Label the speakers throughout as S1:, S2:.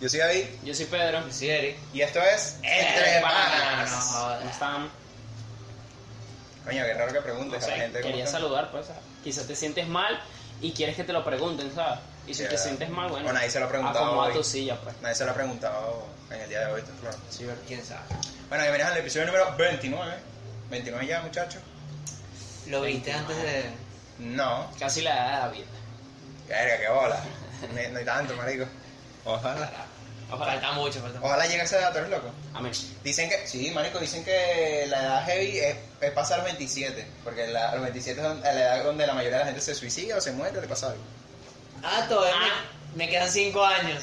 S1: Yo soy David
S2: Yo soy Pedro.
S3: Sí, Eric.
S1: y esto es Entre
S3: no
S1: Panas.
S3: jodas.
S2: ¿Cómo están?
S1: Coño, qué raro que
S2: No
S1: preguntes a
S2: sé,
S1: la gente.
S2: quería
S1: cómo está.
S2: saludar, pues. ¿sabes? Quizás te sientes mal y quieres que te lo pregunten, ¿sabes? Y si
S1: Sí,
S2: te
S1: ¿verdad?
S2: sientes mal, bueno.
S1: O nadie se lo ha preguntado
S2: Acomoda
S1: hoy.
S2: tu silla, pues.
S1: Nadie se lo ha preguntado en el día de hoy, está claro.
S3: Sí, pero quién sabe.
S1: Bueno, bienvenidos al episodio número 29. 29 ya, muchachos.
S3: Lo viste antes de.
S1: No.
S2: Casi la edad de David.
S1: Verga, qué bola. Ni- No hay tanto, marico. Ojalá.
S2: Ojalá.
S3: Falta mucho, falta mucho.
S1: Ojalá llegue ese dato, eres loco.
S2: Amén.
S1: Dicen que, sí, marico, dicen que la edad heavy es, es pasar los 27. Porque la- los 27 es don- la edad donde la mayoría de la gente se suicida o se muere o le pasa algo.
S3: Ah, todavía me-
S2: Ah.
S3: me, quedan 5 años.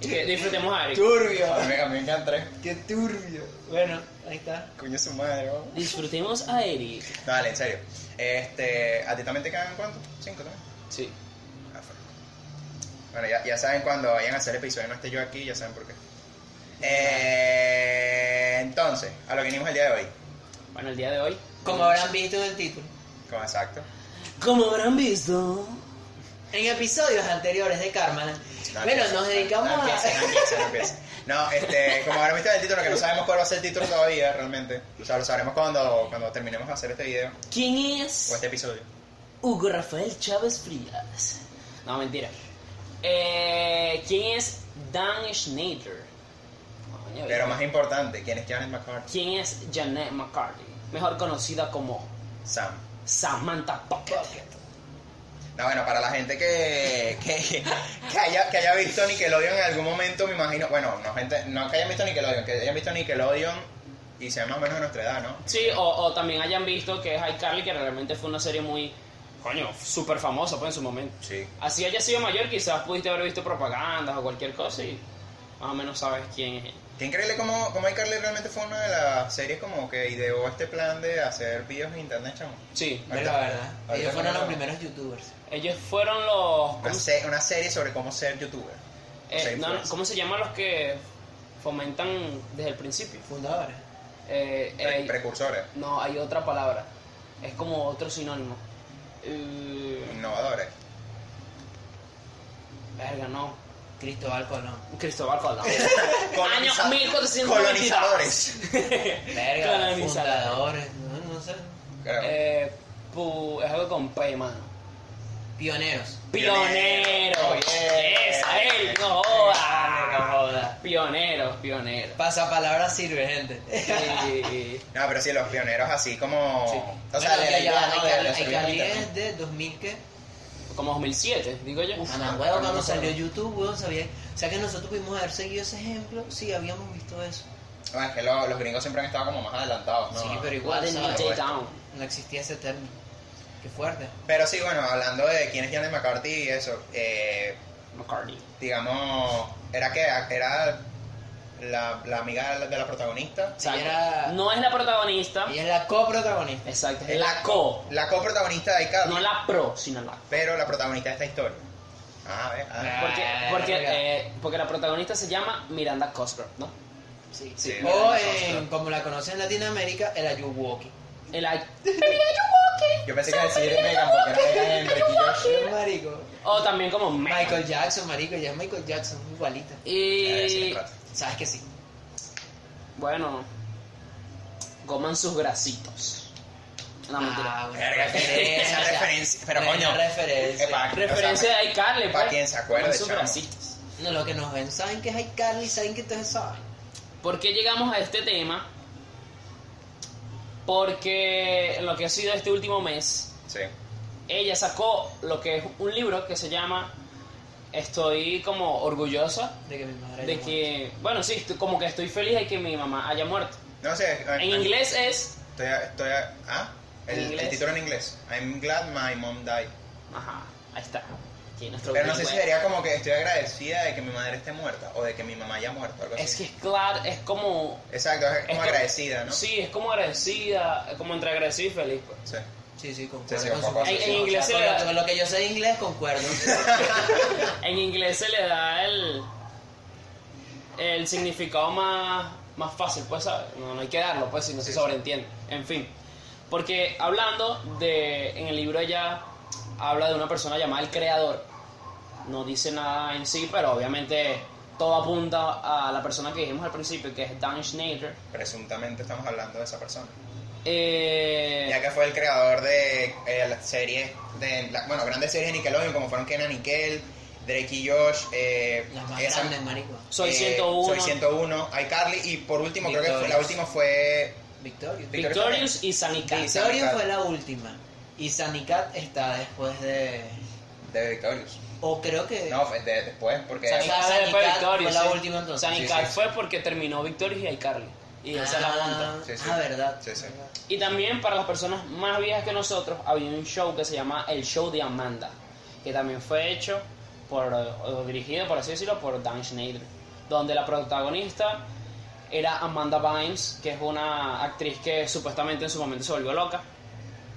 S2: Y que disfrutemos a Eric.
S3: Turbio.
S1: A mí me- a mí me encantan tres.
S3: Qué turbio. Bueno, ahí está.
S1: Coño su madre, vamos.
S2: Disfrutemos a Eric.
S1: No, Dale, en serio. Este, ¿A ti también te quedan cuánto? ¿Cinco también?
S2: Sí.
S1: Ah, fuck. Bueno, ya, ya saben cuando vayan a hacer el episodio, no esté yo aquí, ya saben por qué. Eh, entonces, a lo que vinimos el día de hoy.
S2: Bueno, el día de hoy.
S3: Como habrán visto en el título.
S1: Como exacto.
S2: Como habrán visto.
S3: En episodios anteriores de Karma,
S1: No,
S3: bueno,
S1: empieza.
S3: nos dedicamos
S1: No,
S3: a.
S1: empieza, no empieza, no empieza. No, este, como ahora visto el título, que no sabemos cuál va a ser el título todavía, realmente. O sea, lo sabremos cuando, cuando terminemos de hacer este video
S2: ¿Quién
S1: o
S2: es
S1: este episodio.
S2: Hugo Rafael Chávez Frías? No, mentira. Eh, ¿Quién es Dan Schneider? Coño,
S1: Pero más importante, ¿quién es Janet McCarthy?
S2: ¿Quién es Janet McCarthy? Mejor conocida como
S1: Sam.
S2: Samantha Pocket.
S1: No, bueno, para la gente que, que, que haya, que haya visto Nickelodeon en algún momento, me imagino. Bueno, no, gente, no que hayan visto Nickelodeon, que hayan visto Nickelodeon y sean más o menos de nuestra edad, ¿no?
S2: Sí, o, o también hayan visto que es iCarly, que realmente fue una serie muy, coño, súper famosa pues, en su momento.
S1: Sí.
S2: Así haya sido mayor, quizás pudiste haber visto propagandas o cualquier cosa y más o menos sabes quién es. ella.
S1: Qué increíble como, como iCarly realmente fue una de las series como que ideó este plan de hacer videos en internet, chamo.
S2: Sí,
S3: Pero la verdad,
S1: Ahorita
S3: ellos fueron
S1: no.
S3: los primeros youtubers.
S2: ellos fueron los...
S1: Una,
S2: ¿cómo, se-
S1: se- una serie sobre cómo ser youtuber.
S2: eh,
S1: ser
S2: no, no,
S1: influencer.
S2: ¿cómo se llaman los que fomentan desde el principio?
S3: Fundadores.
S2: Eh,
S1: Pre-
S2: eh,
S1: precursores,
S2: no, hay otra palabra. Es como otro sinónimo. Eh,
S1: innovadores.
S2: verga, no.
S3: Cristóbal Colón.
S2: Cristóbal Colón.
S1: Coloniza-
S2: Año 1492.
S1: Colonizadores.
S3: Verga,
S2: Colonizadores.
S3: fundadores. No, no sé.
S1: Claro.
S2: Eh, pu- es algo con P, mano.
S3: Pioneros.
S2: Pionero. Oh,
S1: Pionero, bien.
S2: Esa, él, no
S3: Dale, no
S2: joda.
S3: joda.
S2: Pionero, pionero.
S3: Pasapalabra sirve, gente.
S2: Sí.
S1: No, pero sí, los pioneros así como...
S2: Sí.
S1: O sea, de la idea, ¿no? de- de hacer videos en
S3: iCarly
S1: internet.
S3: es de 2000 que.
S2: Como 2007, digo yo.
S3: A
S1: no,
S3: la
S1: no
S3: huevo cuando
S1: recuerdo.
S3: salió YouTube, huevón, sabía. O sea que nosotros pudimos haber seguido ese ejemplo si habíamos visto eso.
S1: Bueno, es que lo- los gringos siempre han estado como más adelantados, ¿no?
S3: Sí, pero
S2: Igual
S3: igual,
S2: de
S3: ¿sabes?
S2: New J Town.
S3: No existía ese término. Qué fuerte.
S1: Pero sí, bueno, hablando de quién es Janet McCarthy y eso, eh,
S2: McCartney.
S1: digamos, era que era la, la amiga de la- de la protagonista,
S2: Exacto.
S3: era-
S2: No es la protagonista.
S3: Ella es la coprotagonista.
S2: Exacto. Es
S1: Es
S2: la co.
S1: la coprotagonista de
S2: No
S1: iCarly,
S2: la pro, sino la co.
S1: pero la protagonista de esta historia. Ah, a ver, a ver.
S2: Porque,
S3: Ah,
S2: porque,
S3: verga.
S2: eh, porque la protagonista se llama Miranda Cosgrove, ¿no?
S3: Sí.
S1: Sí,
S3: o
S1: la
S3: en,
S1: costa.
S3: como la conocen en Latinoamérica, el Ayuwoki.
S2: El, ay-
S1: Yo pensé que iba a decir Megan porque era Megan en Drake y Josh.
S3: Sí, marico.
S2: o también como Michael.
S3: Michael Jackson, marico. Ya es Michael Jackson, igualita.
S1: A ver, sí,
S2: Y
S1: un rato.
S3: Sabes que sí.
S2: bueno, coman sus grasitos. No, mentira.
S3: Ah, bueno,
S1: Verga,
S3: referencia,
S1: esa
S3: o sea,
S1: referencia, pero
S3: buena
S1: coño.
S3: referencia.
S1: Epa,
S2: Referencia
S1: o sea,
S2: de iCarly,
S1: pa'
S2: pues.
S1: quien se acuerde,
S2: Coman sus
S1: chamo.
S2: grasitos.
S3: No, lo que nos ven saben que es iCarly, saben que ustedes saben.
S2: ¿Por qué llegamos a este tema? Porque en lo que ha sido este último mes,
S1: Sí.
S2: ella sacó lo que es un libro que se llama Estoy como orgullosa
S3: De que mi madre
S2: de
S3: no-
S2: que, bueno, sí, estoy- como que estoy feliz de que mi mamá haya muerto.
S1: No sé. eh,
S2: En
S1: eh,
S2: inglés es...
S1: Estoy, estoy, ah,
S2: ¿En
S1: el,
S2: inglés?
S1: el título en inglés. I'm glad my mom died.
S2: Ajá, ahí está. Aquí nuestro
S1: Pero no sé si
S2: bilingüe.
S1: sería como que estoy agradecida de que mi madre esté muerta o de que mi mamá haya muerto. Algo
S2: Es
S1: así.
S2: que es claro, es como.
S1: Exacto, es
S2: es
S1: como
S2: como-
S1: agradecida, ¿no?
S2: Sí, es como agradecida, es como entre agradecida y feliz. pues.
S1: Sí.
S3: Sí, sí,
S1: Sí,
S3: concuerdo
S1: sí,
S3: con su
S1: concuerdo. En- en
S3: posición. O
S2: inglés se
S3: sea, con
S2: le-
S3: lo- con lo que yo sé de inglés, concuerdo.
S2: En inglés se le da el. el significado más, más fácil, pues, ¿sabes? No, no hay que darlo, pues, si no se
S1: Sí, sí.
S2: sobreentiende. En fin. Porque hablando de. en el libro ella habla de una persona llamada el creador. no dice nada en sí, pero obviamente todo apunta a la persona que dijimos al principio, que es Dan Schneider.
S1: Presuntamente estamos hablando de esa persona.
S2: Eh,
S1: Ya que fue el creador de eh, las series, de, la- bueno, grandes series de Nickelodeon, como fueron Kenan y Kel, Drake y Josh, eh,
S3: Las más
S1: esa-
S3: grandes, marico.
S2: Soy
S1: eh,
S2: 101.
S1: Soy 101, iCarly, y por último, creo que fue, la
S3: Victorious.
S1: última fue
S3: Victorio.
S1: Vic-
S2: Victorious y Sanicat.
S1: Sí.
S3: Victorio
S1: Sanicat.
S3: fue la última. Y Sanicat está después de.
S1: de Victorious.
S3: O creo que.
S1: No, fue de- después, porque...
S3: Sanicat.
S2: Sanicat fue
S3: Sanicat
S2: Victorious,
S3: pues, fue la
S2: sí.
S3: última entonces.
S2: Sanicat
S1: Sí, sí, sí.
S2: fue porque terminó Victorious y iCarly. Y esa es la monta.
S3: ah,
S1: Sí, sí.
S3: ah, verdad.
S1: Sí, sí.
S2: Y también para las personas más viejas que nosotros había un show que se llama El Show de Amanda, que también fue hecho por, o dirigido, por así decirlo, por Dan Schneider, donde la protagonista era Amanda Bynes, que es una actriz que supuestamente en su momento se volvió loca.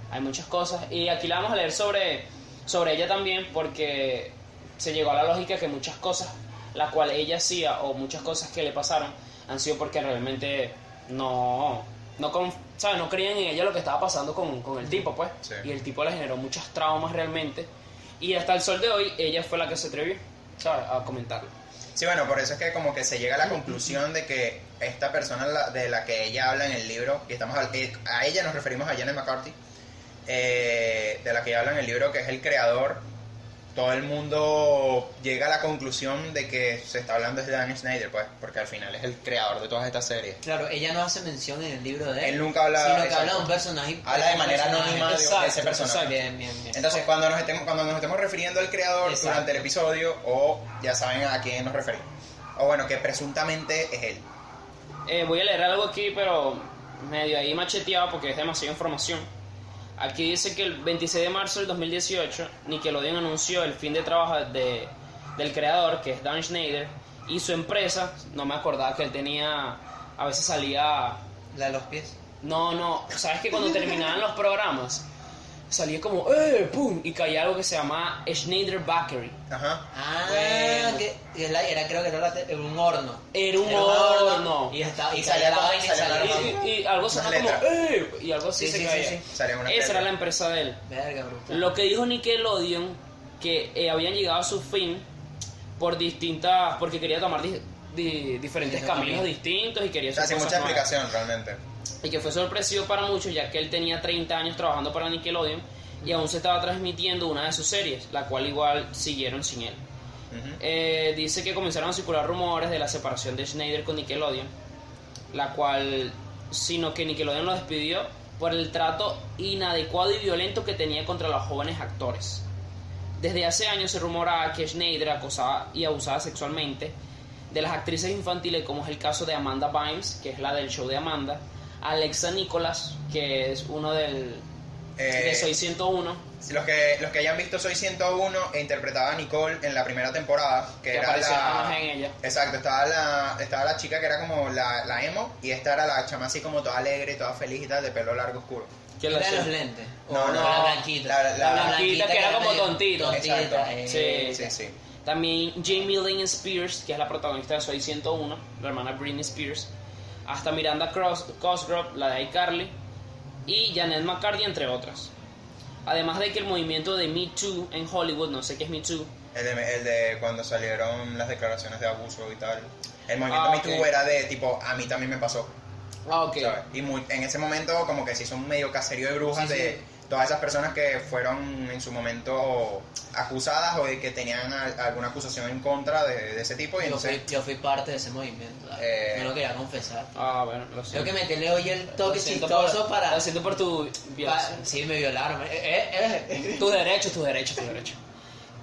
S2: Hay muchas cosas. Y aquí la vamos a leer sobre, sobre ella también, porque se llegó a la lógica que muchas cosas, la cual ella hacía, o muchas cosas que le pasaron, han sido porque realmente no, no, con- ¿sabes? no creían en ella lo que estaba pasando con, con el tipo, pues.
S1: Sí.
S2: Y el tipo le generó muchas traumas realmente. Y hasta el sol de hoy, ella fue la que se atrevió, ¿sabes? A comentarlo.
S1: Sí, bueno, por eso es que como que se llega a la conclusión de que esta persona la- de la que ella habla en el libro, y estamos hab- eh, a ella nos referimos a Janet McCarthy, eh, de la que ella habla en el libro, que es el creador, todo el mundo llega a la conclusión de que se está hablando de Dan Snyder, pues, porque al final es el creador de todas estas series.
S3: Claro, ella no hace mención en el libro de él.
S1: Él nunca habla-
S3: Sino que habla de
S1: exacto.
S3: un personaje.
S1: Habla de manera
S3: personaje.
S1: anónima de- de ese
S3: Exacto,
S1: personaje.
S3: exacto. Bien, bien, bien.
S1: Entonces, cuando nos estemos, cuando nos estemos refiriendo al creador
S3: Exacto.
S1: durante el episodio, o ya saben a quién nos referimos. O bueno, que presuntamente es él.
S2: Eh, voy a leer algo aquí, pero medio ahí macheteado porque es demasiada información. Aquí dice que el 26 de marzo del 2018, Nickelodeon anunció el fin de trabajo de, del creador, que es Dan Schneider, y su empresa, no me acordaba que él tenía, a veces salía...
S3: La de los pies.
S2: No, no, sabes que cuando terminaban los programas, salía como, ¡eh! ¡Pum! Y caía algo que se llama Schneider Bakery.
S1: Ajá.
S3: Ah,
S2: Bueno.
S3: que, que la- era, creo que era, la te- era un horno.
S2: Era un horno.
S3: Y, estaba, y
S1: Y salía
S3: salía la
S1: con-
S3: vaina y
S1: salía
S3: salía
S1: la
S3: la
S1: vaina.
S2: Y, y- y algo sonaba como,
S1: letras.
S2: ¡eh! Y algo así
S3: Sí,
S2: se
S3: sí,
S2: caía.
S3: sí, sí.
S1: Salió una
S2: Esa era la
S1: pelea.
S2: empresa de él.
S3: Verga, brutal.
S2: Lo que dijo Nickelodeon, que eh, habían llegado a su fin por distintas, porque quería tomar di- di- diferentes
S3: Diferentes
S2: caminos
S3: caminos.
S2: distintos y quería
S1: O sea,
S2: hacer
S1: sin mucha
S2: cosas nuevas.
S1: explicación realmente.
S2: Y que fue sorpresivo para muchos, ya que él tenía 30 años trabajando para Nickelodeon y aún se estaba transmitiendo una de sus series, la cual igual siguieron sin él.
S1: Ujú.
S2: Eh, dice que comenzaron a circular rumores de la separación de Schneider con Nickelodeon, la cual, sino que Nickelodeon lo despidió por el trato inadecuado y violento que tenía contra los jóvenes actores. Desde hace años se rumoraba que Schneider acosaba y abusaba sexualmente de las actrices infantiles, como es el caso de Amanda Bynes, que es la del show de Amanda, Alexa Nicholas, que es uno del de
S1: Eh,
S2: Soy 101,
S1: Los que, los que hayan visto Soy 101 e interpretaba a Nicole en la primera temporada, que,
S2: que
S1: era
S2: aparecía nada
S1: la...
S2: más en ella.
S1: Exacto, estaba la, estaba la chica que era como la, la emo y esta era la chama así como toda alegre, toda feliz y tal, de pelo largo oscuro.
S2: Que
S3: Era
S2: la-
S3: los lentes.
S1: No,
S3: O
S1: no,
S3: la
S2: no.
S3: blanquita.
S1: La- la- la
S2: blanquita que era como
S3: medio
S2: tontita.
S3: tontita,
S1: Exacto.
S3: eh.
S2: Sí.
S1: Sí, sí.
S2: También Jamie Lynn Spears, que es la protagonista de Soy 101, la hermana Britney Spears. Hasta Miranda Cross, Cosgrove, la de iCarly. Y Janet McCarthy, entre otras. Además de que el movimiento de Me Too en Hollywood, no sé qué es Me Too.
S1: El de, el de cuando salieron las declaraciones de abuso y tal. El movimiento
S2: Ah,
S1: Me
S2: ok.
S1: Too era de tipo, a mí también me pasó.
S2: Ah, ok.
S1: ¿sabes? Y muy- en ese momento como que se hizo un medio caserío de brujas
S3: Sí, sí.
S1: de todas esas personas que fueron en su momento acusadas o de que tenían al- alguna acusación en contra de, de ese tipo. Y
S3: Yo fui,
S1: entonces,
S3: yo fui parte de ese movimiento.
S1: Eh.
S3: No lo quería confesar.
S2: Ah, bueno, lo
S3: Tengo
S2: siento.
S3: que meterle hoy el toque
S2: Lo siento
S3: chistoso
S2: por-
S3: para,
S2: Lo siento por tu
S3: para-
S2: violación.
S3: Sí, me violaron. eh, eh, eh.
S2: Tus derechos, tus derechos, tus derechos.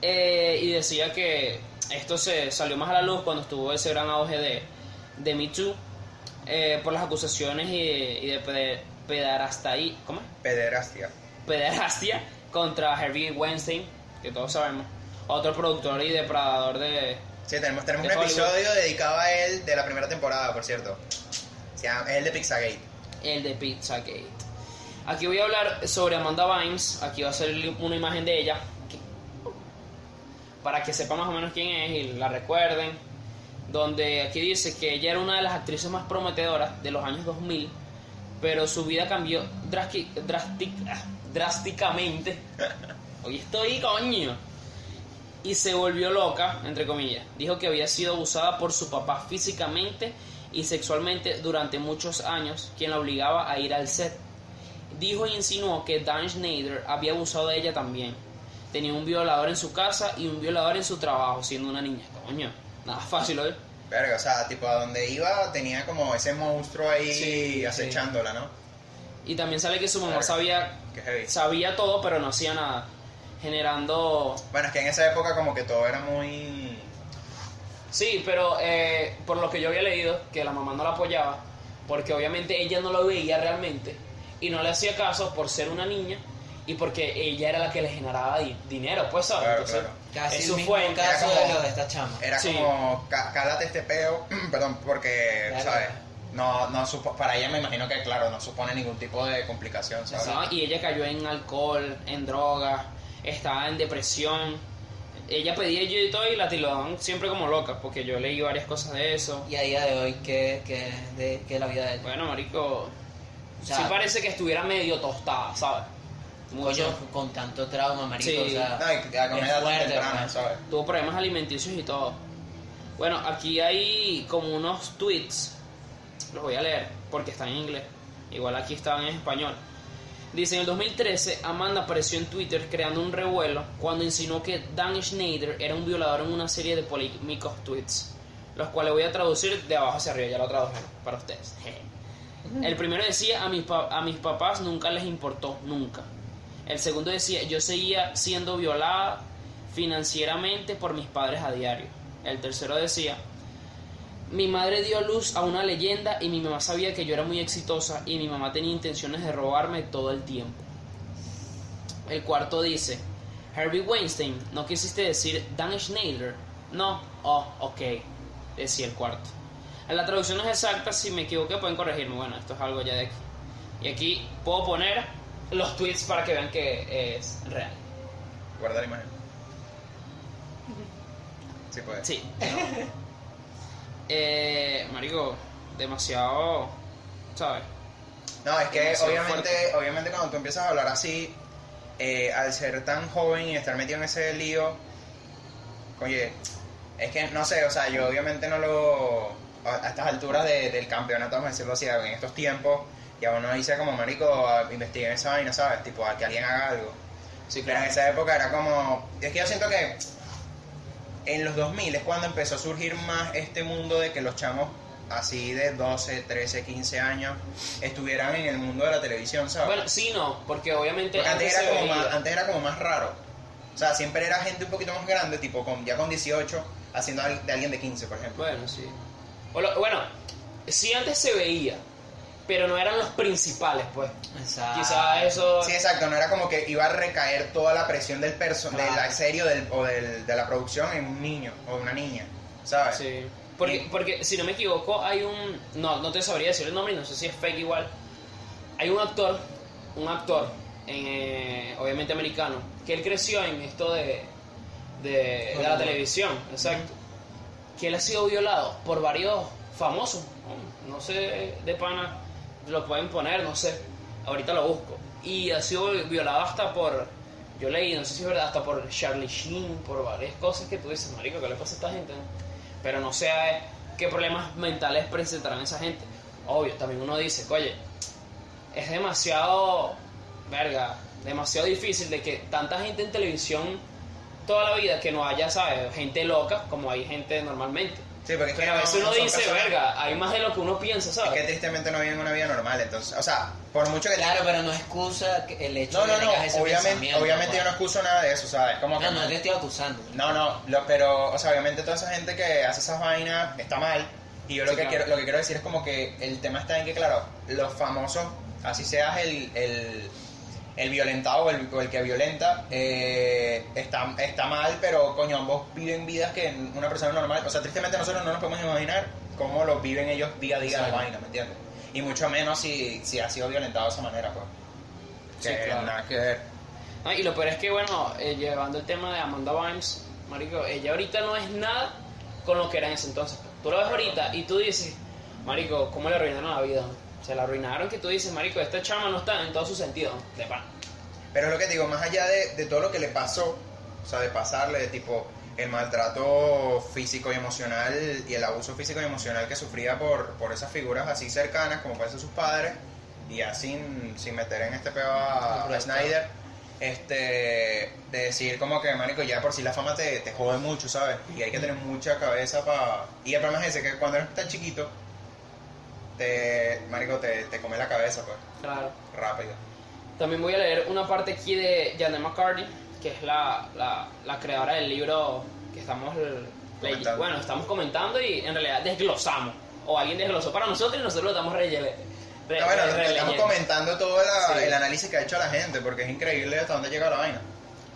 S2: Eh, y decía que esto se salió más a la luz cuando estuvo ese gran auge de, de Me Too eh, por las acusaciones y, y de pede- pedarastahí- ¿cómo es?
S1: pederastia.
S2: pederastia contra Harvey Weinstein, que todos sabemos, otro productor y depredador de...
S1: Sí, tenemos, tenemos un
S2: De Hollywood.
S1: episodio dedicado a él de la primera temporada, por cierto. Se llama- es el de Pizzagate.
S2: el de Pizzagate. Aquí voy a hablar sobre Amanda Bynes. Aquí va a ser una imagen de ella. que- Para que sepan más o menos quién es y la recuerden. Donde aquí dice que ella era una de las actrices más prometedoras de los años 2000. Pero su vida cambió drasqui- drástic- ah, drásticamente. Hoy estoy, coño. y se volvió loca, entre comillas. Dijo que había sido abusada por su papá físicamente y sexualmente durante muchos años, quien la obligaba a ir al set. Dijo e insinuó que Dan Schneider había abusado de ella también. Tenía un violador en su casa y un violador en su trabajo, siendo una niña. Coño, nada fácil, ¿oye?
S1: Verga, o sea, tipo a donde iba tenía como ese monstruo ahí
S2: Sí,
S1: acechándola, ¿no?
S2: Y también sale que su mamá
S1: Verga.
S2: sabía,
S1: Qué heavy.
S2: sabía todo, pero no hacía nada, generando
S1: Bueno, es que en esa época como que todo era muy...
S2: Sí, pero eh, por lo que yo había leído, que la mamá no la apoyaba, porque obviamente ella no lo veía realmente y no le hacía caso por ser una niña y porque ella era la que le generaba di- dinero, pues, ¿sabes?
S1: Claro,
S2: Entonces,
S1: claro.
S3: Casi
S2: eso
S3: el mismo
S2: fue-
S3: caso
S1: era como-
S3: de lo de esta chama.
S1: Era
S2: Sí.
S1: como, "Cá- cálate este peo, perdón, porque,
S3: Claro.
S1: ¿sabes? No, no supo, para ella me imagino que, claro, no supone ningún tipo de complicación, ¿sabes?
S2: ¿no? Y ella cayó en alcohol, en drogas, estaba en depresión. Ella pedía ayuda y todo y la tildaban siempre como loca, porque yo leí varias cosas de eso.
S3: Y a día de hoy, ¿qué, qué, de, qué es la vida de él?
S2: Bueno, marico,
S3: O sea,
S2: sí parece que estuviera medio tostada, ¿sabes? Mucho.
S3: Coño, con tanto trauma, marico,
S2: Sí.
S3: o sea...
S1: No, y a- con
S3: es
S1: una edad tan
S3: fuerte, pues.
S1: temprana,
S3: hermano.
S1: ¿sabes?
S2: tuvo problemas alimenticios y todo. Bueno, aquí hay como unos tweets, los voy a leer porque están en inglés, igual aquí están en español. Dice, en el 2013 Amanda apareció en Twitter creando un revuelo cuando insinuó que Dan Schneider era un violador en una serie de polémicos tweets, los cuales voy a traducir de abajo hacia arriba, ya lo traduje para ustedes. El primero decía, a mis, pa- a mis papás nunca les importó, nunca. El segundo decía, yo seguía siendo violada financieramente por mis padres a diario. El tercero decía, mi madre dio luz a una leyenda y mi mamá sabía que yo era muy exitosa y mi mamá tenía intenciones de robarme todo el tiempo. El cuarto dice, Harvey Weinstein, ¿no quisiste decir Dan Schneider? No, oh, ok, decía el cuarto. La traducción no es exacta, si me equivoqué pueden corregirme, bueno, esto es algo ya de aquí. Y aquí puedo poner los tweets para que vean que es real.
S1: Guarda la imagen. Sí, pues. puede.
S2: Sí. no. Eh, marico, demasiado, ¿sabes?
S1: No, es que
S2: Demasiado
S1: obviamente,
S2: fuerte.
S1: obviamente cuando tú empiezas a hablar así, eh, al ser tan joven y estar metido en ese lío, oye, es que no sé, o sea, yo obviamente no lo. A, a estas alturas de- del campeonato, vamos a decirlo así, en estos tiempos, ya uno dice como marico, a- investiguen esa vaina, ¿sabes? Tipo, a que alguien haga algo.
S2: Sí,
S1: Pero en esa época era como. Es que yo siento que en los 2000 es cuando empezó a surgir más este mundo de que los chamos así de 12, 13, 15 años estuvieran en el mundo de la televisión, ¿sabes?
S2: Bueno, sí, no, porque obviamente
S1: Porque antes, era
S2: antes se
S1: como
S2: veía.
S1: más, antes era como más raro. O sea, siempre era gente un poquito más grande, tipo con, ya con 18, haciendo al- de alguien de 15, por ejemplo.
S2: Bueno, sí. O lo- bueno, sí antes se veía, pero no eran los principales, pues.
S3: Exacto.
S2: Quizás eso...
S1: Ah, Sí, exacto, no era como que iba a recaer toda la presión del perso de la
S2: Claro.
S1: serie o, del, o del- de la producción en un niño o una niña, ¿sabes?
S2: Sí. Porque, porque si no me equivoco, hay un. No, no te sabría decir el nombre y no sé si es fake igual. Hay un actor, un actor, eh, obviamente americano, que él creció en esto de, de, de la
S3: Hollywood.
S2: televisión, exacto. Que él ha sido violado por varios famosos. ¿no? No sé, de pana, lo pueden poner, no sé. Ahorita lo busco. Y ha sido violado hasta por. Yo leí, no sé si es verdad, hasta por Charlie Sheen, por varias cosas que tú dices, marico, ¿qué le pasa a esta gente? no? pero no sé eh, qué problemas mentales presentarán esa gente. Obvio, también uno dice, oye, es demasiado, verga, demasiado difícil de que tanta gente en televisión toda la vida que no haya, ¿sabes? Gente loca como hay gente normalmente.
S1: Sí, porque es que
S2: Pero a
S1: no-
S2: veces
S1: no
S2: uno
S1: son
S2: dice,
S1: personas-
S2: verga, hay más de lo que uno piensa,
S1: Es
S2: ¿sabes?
S1: que tristemente no viven una vida normal, entonces, o sea, por mucho que...
S3: Claro, pero no excusa que- el hecho
S1: no,
S3: de
S1: no,
S3: que
S1: no,
S3: tengas ese
S1: obviamente,
S3: pensamiento,
S1: obviamente yo no
S3: pues.
S1: excuso nada de eso, ¿sabes? Como que
S3: No, no te estoy acusando.
S1: No, no, lo- pero, o sea, obviamente toda esa gente que hace esas vainas está mal. Y yo lo,
S2: Sí,
S1: que
S2: claro.
S1: quiero, lo que quiero decir es como que el tema está en que, claro, los famosos, así seas el, el, el violentado o el, o el que violenta, eh, está, está mal, pero coño, ambos viven vidas que una persona normal, o sea, tristemente nosotros no nos podemos imaginar cómo lo viven ellos día a día la
S3: Exacto.
S1: vaina, ¿me entiendes? Y mucho menos si, si ha sido violentado de esa manera, pues.
S2: Sí,
S1: Que
S2: claro.
S1: Nada que ver.
S2: No, Ah, y lo peor es que, bueno, eh, llevando el tema de Amanda Bynes, Marico, ella ahorita no es nada con lo que era en ese entonces. Tú lo ves ahorita y tú dices, Marico, ¿cómo le arruinaron la vida? no? Se la arruinaron que tú dices, Marico, esta chama no está en todo su sentido, ¿no? de pan.
S1: Pero es lo que te digo, más allá de, de todo lo que le pasó, o sea, de pasarle, de tipo, el maltrato físico y emocional y el abuso físico y emocional que sufría por, por esas figuras así cercanas como pueden ser sus padres y ya sin, sin meter en este peo a, a Snyder este de decir como que manico ya por si la fama te, te jode mucho sabes y hay que tener mucha cabeza para y el problema es ese que cuando eres tan chiquito te marico te, te come la cabeza pues
S2: Claro.
S1: rápido
S2: También voy a leer una parte aquí de Janet McCarthy, que es la, la, la creadora del libro que estamos l-
S1: Comentando.
S2: bueno, estamos comentando y en realidad desglosamos. O alguien desglosó para nosotros y nosotros lo estamos reyele- re-
S1: No, Ah, bueno,
S2: re-
S1: estamos
S2: releyendo.
S1: comentando todo la-
S2: Sí.
S1: el análisis que ha hecho la gente, porque es increíble hasta dónde llega la vaina.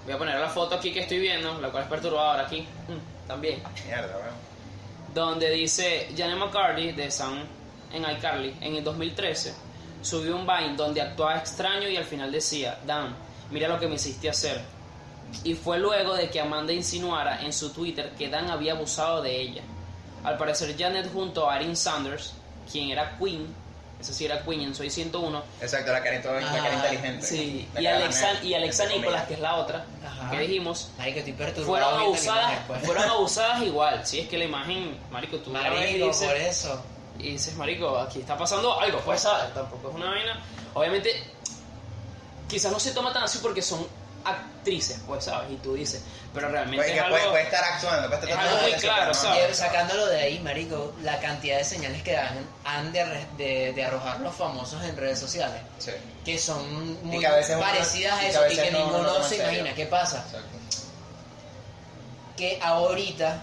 S2: Voy a poner la foto aquí que estoy viendo, la cual es perturbadora aquí. Mm, también.
S1: Mierda, weón.
S2: donde dice Janet McCarthy de Sam en iCarly en el 2013 subió un Vine donde actuaba extraño y al final decía Dan, mira lo que me hiciste hacer y fue luego de que Amanda insinuara en su Twitter que Dan había abusado de ella al parecer Janet junto a Erin Sanders quien era Queen esa sí era Queen en Soy 101
S1: Exacto, la cara, en todo, la
S3: Ah,
S1: cara inteligente.
S2: sí,
S1: La
S2: y,
S1: cara
S2: Alexa,
S1: nerd,
S2: y Alexa
S1: entre
S2: Nicolás que
S1: comillas.
S2: es la otra
S3: Ajá.
S2: que dijimos
S3: Marico, estoy perturbado.
S2: fueron
S3: ahorita que
S2: abusadas,
S3: me acuerdo.
S2: fueron abusadas igual, si es que la imagen, marico, tú la ves y
S3: Marico,
S2: dices-
S3: por eso.
S2: y dices, marico, aquí está pasando algo, pues ¿sabes? tampoco es una vaina. Obviamente, quizás no se toma tan así porque son actrices, pues sabes, y tú dices, pero realmente
S1: Puede, Pues,
S2: es
S1: que
S2: algo...
S3: pues,
S1: puede, puede estar actuando, pues, puede estar
S2: es
S1: tratando
S2: algo
S1: de
S2: muy
S1: hacer,
S2: claro,
S1: pero no,
S2: ¿sabes?
S1: no.
S3: Y sacándolo de ahí, marico, la cantidad de señales que dan han de, arre- de, de arrojar los famosos en redes sociales,
S1: Sí,
S3: que son
S1: Y
S3: muy
S1: que a veces uno-
S3: parecidas
S1: y que
S3: a
S1: a
S3: eso y
S1: veces
S3: que
S1: no-
S3: ninguno
S1: no toma en
S3: se
S1: serio.
S3: imagina. ¿Qué pasa?
S1: exacto.
S3: que ahorita,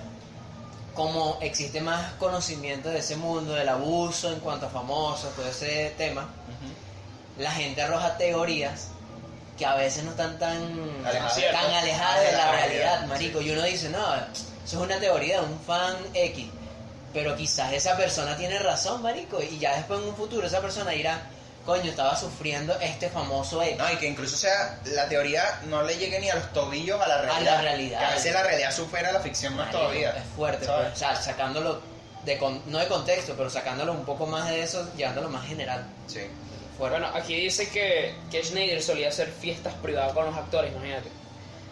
S3: como existe más conocimiento de ese mundo, del abuso en cuanto a famosos, todo ese tema,
S1: Ujú.
S3: la gente arroja teorías que a veces no están tan,
S1: Alejadas.
S3: tan alejadas de la realidad,
S1: Sí.
S3: marico. Y uno dice, no, eso es una teoría de un fan X. Pero quizás esa persona tiene razón, marico. Y ya después en un futuro esa persona dirá, coño, estaba sufriendo este famoso X.
S1: No, y que incluso sea, la teoría no le llegue ni a los tobillos a la realidad.
S3: realidad.
S1: Que a veces la realidad supera la ficción más
S3: Marico,
S1: todavía.
S3: Es fuerte,
S1: ¿sabes?
S3: pues, o sea, sacándolo, de con- no de contexto, pero sacándolo un poco más de eso, llevándolo más general.
S1: Sí.
S3: Fuerte.
S2: Bueno, aquí dice que, que Schneider solía hacer fiestas privadas con los actores, imagínate.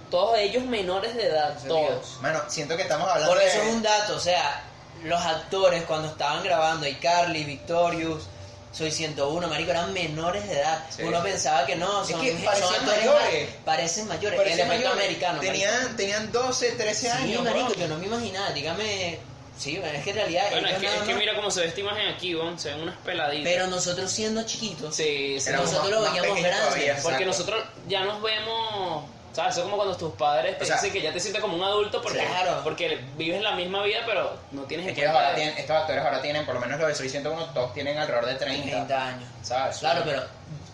S2: Todos ellos menores de edad,
S3: Ese
S2: todos.
S1: Mano, siento que estamos hablando
S3: Por
S1: de...
S3: eso es un dato, o sea, los actores cuando estaban grabando, y Carly, Victorious, Soy 101, marico, eran menores de edad.
S1: Sí.
S3: Uno pensaba que no,
S1: Es
S3: son,
S1: que
S3: son
S1: parecían
S3: actores
S1: mayores.
S3: ma- Parecen mayores,
S1: Parecen
S3: el efecto
S1: mayores.
S3: americano. marico.
S1: Tenían, tenían 12, 13
S3: sí,
S1: años.
S3: marico,
S1: weón.
S3: yo no me imaginaba, dígame, sí, es que en realidad...
S2: Bueno,
S3: ellos
S2: es que,
S3: nada
S2: es que
S3: más-
S2: mira cómo se ve esta imagen aquí, weón, se ven unas peladitas.
S3: Pero nosotros siendo chiquitos,
S2: sí, sí,
S1: Éramos
S2: nosotros-
S3: nosotros lo
S1: más
S3: veíamos
S1: pequeños
S3: grande,
S1: todavía,
S2: porque
S1: exacto.
S2: nosotros ya nos vemos... ¿Sabes? Eso es como cuando tus padres te
S1: O sea,
S2: dicen que ya te sientes como un adulto porque,
S3: Claro.
S2: porque vives la misma vida, pero no tienes
S1: Es
S2: el
S1: que
S2: cuerpo
S1: ahora
S2: de-
S1: tienen- estos actores ahora tienen, por lo menos los de Soy 101, todos tienen alrededor de 30.
S3: 30 años.
S1: ¿Sabes?
S3: Claro, pero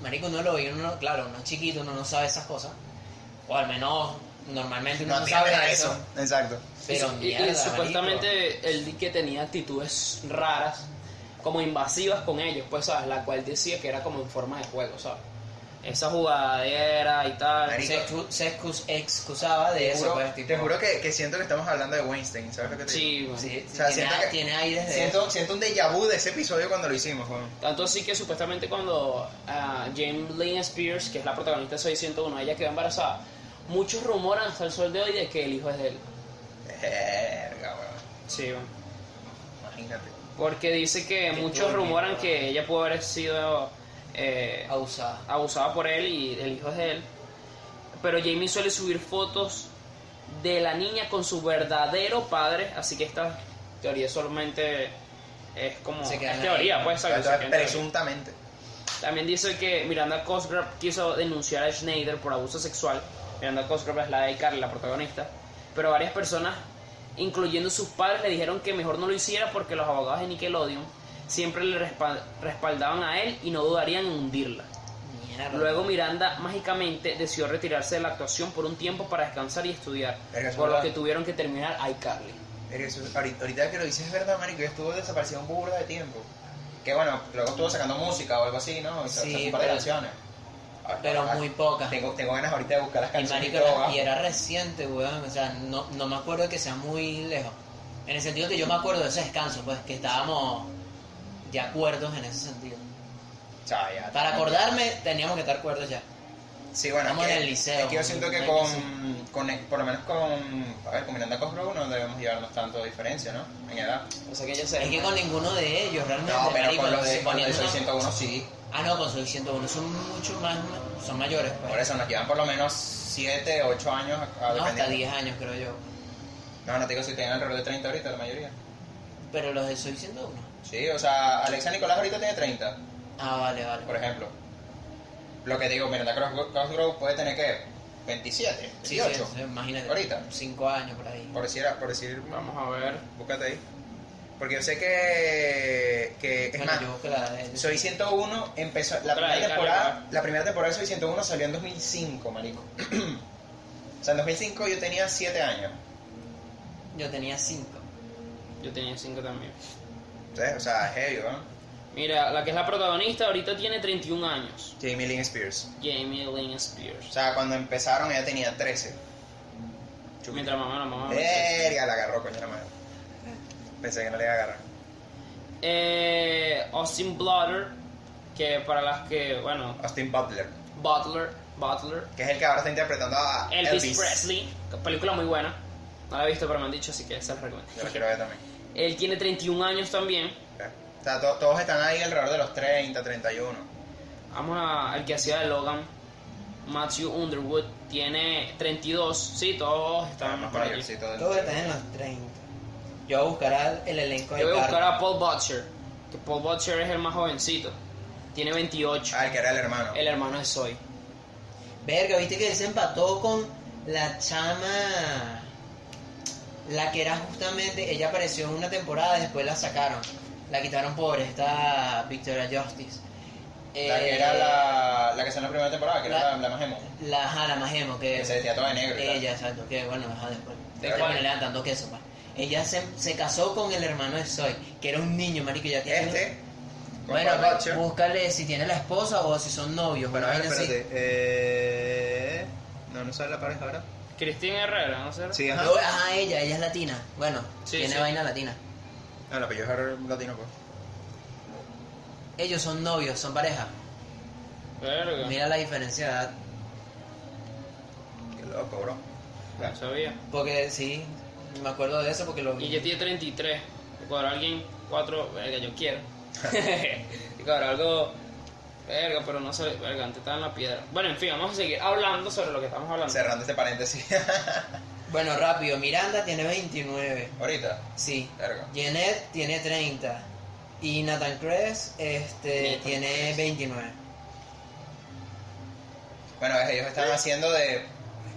S3: marico uno lo ve, uno no- claro, uno es chiquito, uno no sabe esas cosas. O al menos normalmente uno
S1: no
S3: no,
S1: tienen
S3: sabe
S1: eso.
S3: eso.
S1: Exacto.
S2: y,
S3: Pero
S2: y
S3: mierda, marico.
S2: supuestamente él di que tenía actitudes raras, como invasivas con ellos, pues sabes, la cual decía que era como en forma de juego, ¿sabes? Esa jugadera y tal.
S1: Marico,
S3: se, excu- se excus- excusaba de
S1: Te
S3: eso,
S1: juro,
S3: pues,
S1: te
S3: tipo,
S1: juro que, que siento que estamos hablando de Weinstein, ¿sabes lo que te digo?
S2: Sí, bueno.
S3: sí,
S1: o sea,
S3: tiene,
S1: siento que-
S3: tiene aires de eso.
S1: Siento, siento un déjà vu de ese episodio cuando lo hicimos, weón.
S2: Tanto así que supuestamente cuando ah, James Lynn Spears, que es la protagonista de Soy 101, ella quedó embarazada, muchos rumoran hasta el sol de hoy de que el hijo es de él.
S1: Verga, weón.
S2: Sí, bueno.
S1: Imagínate.
S2: Porque dice que
S3: Qué
S2: muchos
S3: turbio,
S2: rumoran
S3: ¿verdad?
S2: que ella pudo haber sido eh,
S3: Abusada.
S2: abusada por él y el hijo es de él. Pero Jamie suele subir fotos de la niña con su verdadero padre, así que esta teoría solamente es como
S3: Se queda
S2: es
S3: en la
S2: teoría,
S3: ley.
S2: pues ¿sabes?
S1: Entonces,
S2: Se queda en teoría.
S1: presuntamente.
S2: También dice que Miranda Cosgrove quiso denunciar a Schneider por abuso sexual. Miranda Cosgrove es la de Carly, la protagonista. Pero varias personas, incluyendo sus padres, le dijeron que mejor no lo hiciera porque los abogados de Nickelodeon siempre le respa- respaldaban a él y no dudarían en hundirla.
S3: Mierda.
S2: Luego Miranda mágicamente decidió retirarse de la actuación por un tiempo para descansar y estudiar,
S1: Verga, eso
S2: por
S1: es
S2: lo
S1: verdad.
S2: que tuvieron que terminar iCarly.
S1: Verga, eso- ahorita, ahorita que lo dices es verdad, marico. Yo estuve desaparecido un burro de tiempo. Que bueno, luego estuvo sacando música o algo así, ¿no? Y sa-
S3: Sí,
S1: sacó un par de
S3: pero-
S1: canciones. Ah,
S3: pero
S1: ah,
S3: muy pocas.
S1: Tengo, tengo ganas ahorita de buscar las
S3: Y
S1: canciones.
S3: marico,
S1: y todo,
S3: era,
S1: ah.
S3: y era reciente, weón. O sea, no, no me acuerdo que sea muy lejos. En el sentido que yo me acuerdo de ese descanso, pues, que estábamos de acuerdos en ese sentido.
S1: O sea, ya-
S3: Para acordarme, teníamos que estar acuerdos ya.
S1: Sí, bueno,
S3: Estamos
S1: es que,
S3: en el liceo,
S1: es que yo siento que
S3: no hay
S1: con,
S3: que
S1: con- por lo menos con, a ver, con Miranda Cosgrove no debemos llevarnos tanto de diferencia, ¿no? En edad.
S2: O sea que ella se.
S3: Es que con ninguno de ellos realmente.
S1: No, pero
S3: marico,
S1: con lo de, con lo de
S3: poniéndonos-
S1: 601 sí.
S3: Ah, no, con Soy 101 son mucho más. Son mayores, pues.
S1: Por eso nos llevan por lo menos 7, 8 años. A, a-
S3: no, hasta
S1: dependiendo.
S3: 10 años, creo yo.
S1: No, no te digo si tienen alrededor de 30 ahorita, la mayoría.
S3: Pero los de Soy 101.
S1: Sí, o sea, Alexa Nicolás ahorita tiene 30,
S3: Ah, vale, vale.
S1: por ejemplo. Lo que digo, Miranda Cos- Cosgrove puede tener que 27,
S3: Sí,
S1: 28.
S3: sí, imagínate.
S1: Ahorita.
S3: 5 años por ahí.
S1: Por decir, por decir,
S2: Vamos a ver.
S1: búscate ahí. Porque yo sé que, que es
S3: bueno,
S1: más,
S3: yo busco la de
S1: Soy 101 empezó la
S2: Otra
S1: primera
S2: vez,
S1: temporada,
S2: claro.
S1: la primera temporada de Soy 101 salió en 2005, marico. o sea, en 2005 yo tenía 7 años.
S3: Yo tenía 5.
S2: Yo tenía 5 también.
S1: Entonces, o sea, heavy, ¿verdad?
S2: Mira, la que es la protagonista ahorita tiene 31 años.
S1: Jamie Lynn Spears.
S2: Jamie Lynn
S1: O
S2: Spears.
S1: sea, cuando empezaron ella tenía 13. Chupi.
S2: Mientras mamá, la mamá.
S1: Verga, la agarró, coño la madre. Pensé que no le iba a agarrar.
S2: Eh, Austin Blotter, que para las que, bueno,
S1: Austin Butler,
S2: Butler, Butler,
S1: que es el que ahora está interpretando a
S2: Elvis, Presley, película muy buena, no la he visto pero me han dicho, así que se la recomiendo.
S1: Yo lo quiero ver también.
S2: Él tiene 31 años también,
S1: O sea, to- todos están ahí alrededor de los 30, 31.
S2: vamos a, al que hacía de Logan, Matthew Underwood, tiene 32, sí, todos están
S1: Ah, más
S2: por allí.
S1: mayorcito del-
S3: Todos están en los 30. Yo voy a buscar al- el elenco de
S2: Yo voy a buscar
S3: Carmen.
S2: a Paul Butcher, que Paul Butcher es el más jovencito, tiene 28,
S1: Ah, el que era el hermano.
S2: el hermano de Zoe.
S3: Verga, viste que él se empató con la chama. La que era justamente. Ella apareció en una temporada, después la sacaron. La quitaron por esta Victoria Justice.
S1: La que
S3: Eh,
S1: era la, la que salió en la primera temporada, que era la, la más emo.
S3: La, ajá, la Majemo, que
S1: Que se vestía toda de negro. y tal.
S3: Ella, exacto, que bueno, ajá, después.
S1: ¿De cuál?
S3: Después le dan tanto queso, pa. Ella se, se casó con el hermano de Zoe, que era un niño, marico, ya tiene.
S1: Este, con
S3: Bueno,
S1: Paul Butcher.
S3: búscale si tiene la esposa o si son novios.
S1: Bueno, a
S3: una
S1: ver,
S3: vaina así.
S1: espérate. Eh... No, no sale la pareja ahora.
S2: Cristina Herrera, ¿no será?
S1: Sí, ajá.
S3: Luego, ajá, ella, ella es latina. Bueno,
S2: Sí,
S3: tiene
S2: sí.
S3: vaina latina.
S1: No, Ah, el apellido es ahora latino, pues.
S3: Ellos son novios, son pareja.
S2: Verga,
S3: Mira la diferencia de edad.
S1: Qué loco, bro.
S2: no sabía.
S3: Porque sí, me acuerdo de eso porque lo
S2: Y yo tiene 33. Cobrar alguien 4, verga, yo quiero. y cobrar algo, verga, pero no sé, verga, antes estaba en la piedra. Bueno, en fin, vamos a seguir hablando sobre lo que estamos hablando.
S1: Cerrando este paréntesis.
S3: Bueno, rápido, Miranda tiene 29.
S1: Ahorita.
S3: Sí.
S1: Verga.
S3: Janet tiene 30. Y Nathan Kress este,
S2: Nathan
S3: tiene
S2: Kress.
S3: 29.
S1: Bueno, ves, ellos están haciendo de...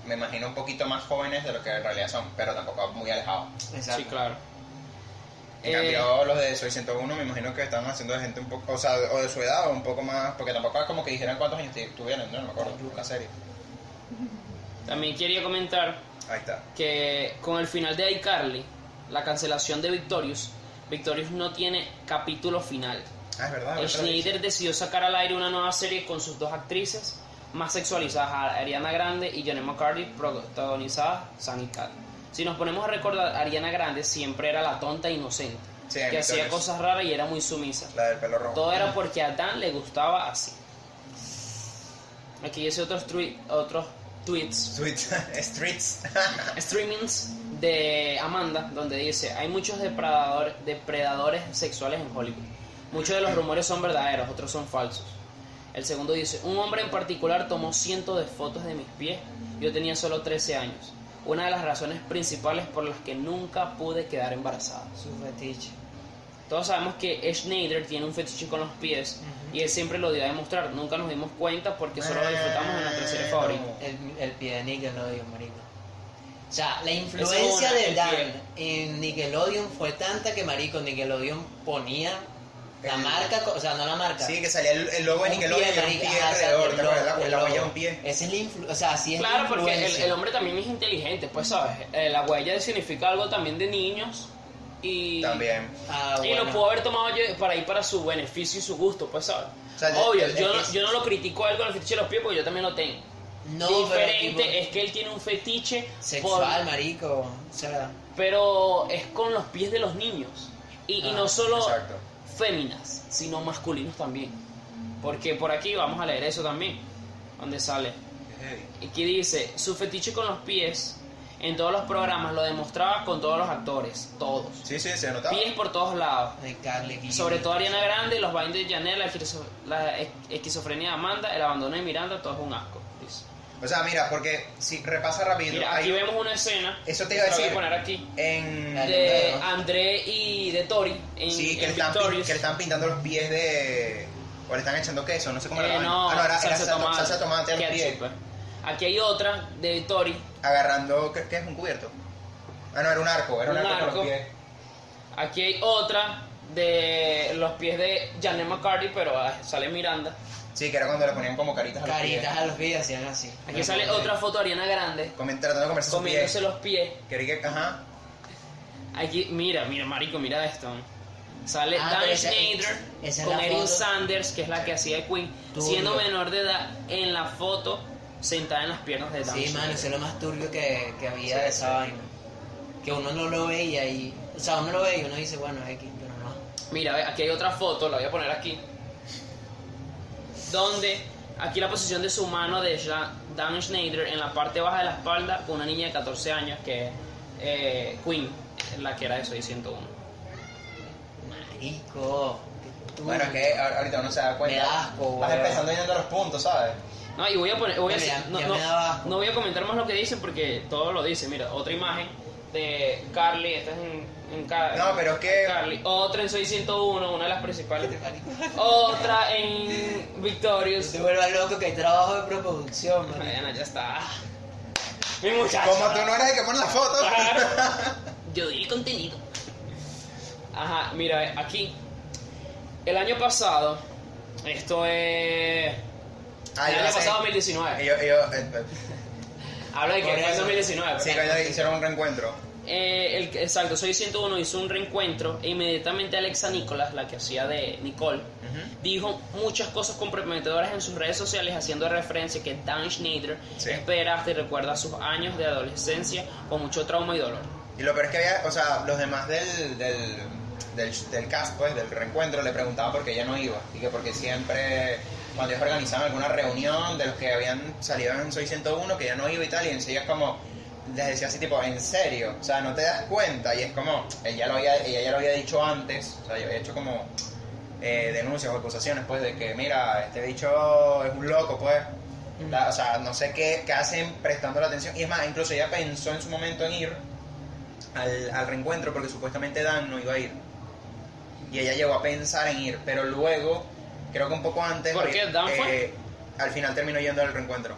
S1: Me imagino un poquito más jóvenes de lo que en realidad son, pero tampoco muy alejados.
S3: Exacto.
S2: Sí, claro.
S1: En
S2: Eh,
S1: cambio, los de Soy 101 me imagino que están haciendo de gente un poco, o sea, o de su edad o un poco más, porque tampoco es como que dijeran cuántos años tu- tuvieron, no, no me acuerdo, en la serie.
S2: También quería comentar
S1: Ahí está.
S2: que con el final de iCarly, la cancelación de Victorious, Victorious no tiene capítulo final.
S1: Ah, es verdad. ahorita lo dije.
S2: Schneider decidió sacar al aire una nueva serie con sus dos actrices más sexualizadas, a Ariana Grande y Johnny McCarthy, protagonizadas San y Cat. Si nos ponemos a recordar, Ariana Grande siempre era la tonta e inocente,
S1: Sí,
S2: que hacía
S1: Victorious.
S2: cosas raras y era muy sumisa.
S1: La del pelo rojo.
S2: Todo era porque a Dan le gustaba así. Aquí hice otros, trui- otros tweets
S1: Sweet. Streets.
S2: streamings de Amanda donde dice hay muchos depredador- depredadores sexuales en Hollywood. Muchos de los rumores son verdaderos, otros son falsos. El segundo dice, un hombre en particular tomó cientos de fotos de mis pies. Yo tenía solo 13 años. Una de las razones principales por las que nunca pude quedar embarazada.
S3: Su fetiche.
S2: Todos sabemos que Schneider tiene un fetiche con los pies y él siempre lo dio a demostrar. Nunca nos dimos cuenta porque solo lo disfrutamos en nuestra serie favorita.
S3: El, el pie de Nickelodeon, marico. O sea, la
S2: Esa
S3: influencia
S2: es una,
S3: de
S2: el
S3: Dan en Nickelodeon fue tanta que, marico, Nickelodeon ponía la
S1: El-
S3: marca, co- o sea, no la marca.
S1: Sí, que salía el, el
S2: pues,
S1: logo de
S3: un pie,
S1: Nickelodeon y era un
S3: marico,
S1: pie
S3: ajá,
S1: alrededor,
S3: exacto,
S1: ¿te
S3: el
S1: acuerdas?
S3: logo,
S1: La-
S3: el
S1: La huella de
S3: logo.
S1: un pie.
S3: Esa es la influencia, o sea, sí es la
S2: Claro, porque el,
S3: influencia.
S2: el hombre también es inteligente, pues sabes, Eh, la huella significa algo también de niños y,
S1: También.
S3: Ah,
S2: y
S3: bueno.
S2: lo pudo haber tomado yo para ir para su beneficio y su gusto, pues sabes.
S1: O sea,
S2: Obvio,
S1: el- el-
S2: yo,
S1: el-
S2: no, yo no lo critico a él con el fetiche de los pies porque yo también lo tengo.
S3: No,
S2: Diferente
S3: pero tipo,
S2: es que él tiene un fetiche
S3: sexual,
S2: por-
S3: marico. O sea,
S2: pero es con los pies de los niños y, y
S3: Ah,
S2: no solo
S1: Exacto.
S2: féminas, sino masculinos también. Porque por aquí vamos a leer eso también, donde sale.
S1: heavy.
S2: y que dice, su fetiche con los pies en todos los programas lo demostraba con todos los actores, todos.
S1: Sí, sí, se notaba.
S2: Pies por todos lados.
S3: De Carly Gilliam.
S2: Sobre todo Ariana Grande, los bailes de Janela, la, esquizo- la ex- esquizofrenia de Amanda, el abandono de Miranda, todo es un asco. dice.
S1: O sea, mira, porque si repasa rápido,
S2: Mira,
S1: hay-
S2: aquí vemos una escena.
S1: Eso te iba a
S2: que se la
S1: decir.
S2: Voy a poner aquí.
S1: en
S3: Dale.
S2: De André y de Tori en,
S1: sí, que
S2: en
S1: le, están, pin-
S2: Victorious.
S1: que le están pintando los pies de o le están echando queso, no sé cómo
S2: Eh,
S1: era. la
S2: no,
S1: vaina. ah, no, era era
S2: salsa, tomate,
S1: salsa tomate al pie,
S2: ketchup, pues. Aquí hay otra de Tori.
S1: agarrando ¿qué, qué es un cubierto. Ah, no, era un arco, era un,
S2: Un
S1: arco, con los
S2: arco.
S1: pies.
S2: Aquí hay otra de los pies de Janet McCarthy, pero ah, sale Miranda.
S1: Sí, que era cuando le ponían como caritas a los
S3: Caritas
S1: pies.
S3: a los pies hacían así.
S2: Aquí sale otra foto de Ariana Grande
S1: Comen- tratando de comerse sus
S2: comiéndose
S1: pies.
S2: los pies.
S1: Quería que ajá.
S2: Aquí, mira, mira, marico, mira esto. Sale
S3: Ah,
S2: Dan
S3: pero esa-
S2: Schneider
S3: esa es
S2: con
S3: la
S2: Erin
S3: foto.
S2: Sanders, que es la que hacía de Queen,
S3: Turbio.
S2: siendo menor de edad en la foto sentada en las piernas de Dan
S3: Sí,
S2: Schneider.
S3: mano, eso es lo más turbio que, que había
S2: Sí,
S3: de esa
S2: sí.
S3: vaina. Que uno no lo veía y. O sea, uno lo ve y uno dice, bueno, X, pero no.
S2: Mira, ve, aquí hay otra foto, la voy a poner aquí. Donde aquí la posición de su mano de Ja- Dan Schneider en la parte baja de la espalda con una niña de 14 años que es eh, Queen, la que era de Soy 101.
S3: Marico. qué turbio.
S1: Bueno, es que a- ahorita uno se da cuenta.
S3: Me da asco,
S1: Vas
S3: weón.
S1: empezando yendo a los puntos, ¿sabes?
S2: No, y voy a poner, voy a
S3: Bueno,
S2: decir-
S3: ya-
S2: no,
S3: ya
S2: no-
S3: me daba asco.
S2: no voy a comentar más lo que dicen porque todo lo dice. Mira, otra imagen de Carly, esta es en, en Car-
S1: No, pero es que-
S2: Carly, otra en Soy 101, una de las principales.
S3: Marico.
S2: Otra en Victorious.
S3: Se vuelva loco que hay trabajo de preproducción, man.
S2: Mariana, ya está. Mi muchacho.
S1: Como tú no eres el que pone las fotos.
S2: Claro. Yo doy el contenido. Ajá, mira, eh, aquí. El año pasado. Esto es.
S1: Ah,
S2: el
S1: yo
S2: año
S1: no sé.
S2: pasado, 2019.
S1: Ellos, ellos, eh, eh,
S2: Habla de que
S3: Por
S2: fue en
S3: eso.
S2: 2019.
S1: sí,
S2: ¿verdad?
S1: cuando hicieron un reencuentro.
S2: Eh, el- exacto, Soy 101 hizo un reencuentro e inmediatamente Alexa Nicolás, la que hacía de Nicole,
S1: Ujú.
S2: dijo muchas cosas comprometedoras en sus redes sociales haciendo referencia que Dan Schneider
S1: Sí.
S2: espera hasta y recuerda sus años de adolescencia con mucho trauma y dolor.
S1: Y lo peor es que había, o sea, los demás del, del, del, del cast, pues, del reencuentro, le preguntaban por qué ella no iba. Y que porque siempre, cuando ellos organizaban alguna reunión de los que habían salido en Soy 101, que ella no iba y tal, y enseguida es como, les decía así, tipo, en serio, o sea, no te das cuenta. Y es como, ella, lo había, ella ya lo había dicho antes, o sea, yo había hecho como eh, denuncias o acusaciones, pues, de que, mira, este bicho es un loco, pues. La- o sea, no sé qué, qué hacen prestando la atención. Y es más, incluso ella pensó en su momento en ir al, al reencuentro porque supuestamente Dan no iba a ir. Y ella llegó a pensar en ir, pero luego, creo que un poco antes...
S2: ¿Por qué? ¿Dan fue?
S1: eh, Al final terminó yendo al reencuentro.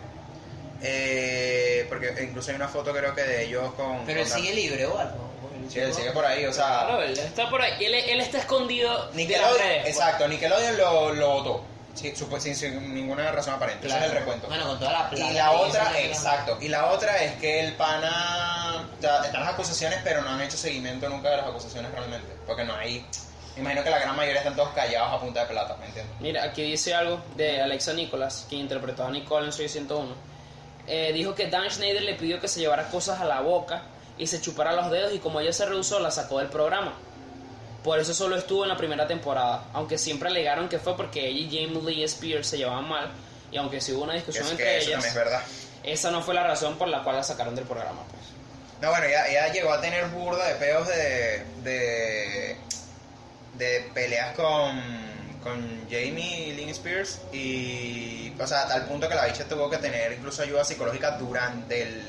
S1: Eh, porque incluso hay una foto creo que de ellos con...
S3: Pero él
S1: con Dan.
S3: sigue libre o algo.
S1: Sí, él sigue por ahí, o sea...
S2: Claro, él está por ahí. Él, él está escondido de las
S1: Ah, Nickelodeon,
S2: redes.
S1: exacto, Nickelodeon lo, lo votó. Sí, supo- sin, sin ninguna razón aparente. Ese es el recuento.
S3: Bueno, con toda la plata.
S1: Y la
S3: que hizo,
S1: otra,
S3: que-
S1: exacto. Y la otra es que el pana. o sea, están las acusaciones, pero no han hecho seguimiento nunca de las acusaciones realmente. Porque no hay. Me imagino que la gran mayoría están todos callados a punta de plata, ¿me entiendes?
S2: Mira, aquí dice algo de Alexa Nicholas, quien interpretó a Nicole en Soy 101. Eh, dijo que Dan Schneider le pidió que se llevara cosas a la boca y se chupara los dedos y como ella se rehusó, la sacó del programa. Por eso solo estuvo en la primera temporada, aunque siempre alegaron que fue porque ella y James Lee Spears se llevaban mal y aunque sí hubo una
S1: Que
S2: discusión
S1: es
S2: entre
S1: que eso
S2: ellas,
S1: también es verdad.
S2: esa no fue la razón por la cual la sacaron del programa. pues.
S1: No, bueno, ella, ella llegó a tener burda de peos de. de. de peleas con. con Jamie Lynn Spears. Y. o sea, a tal punto que la bicha tuvo que tener incluso ayuda psicológica durante el.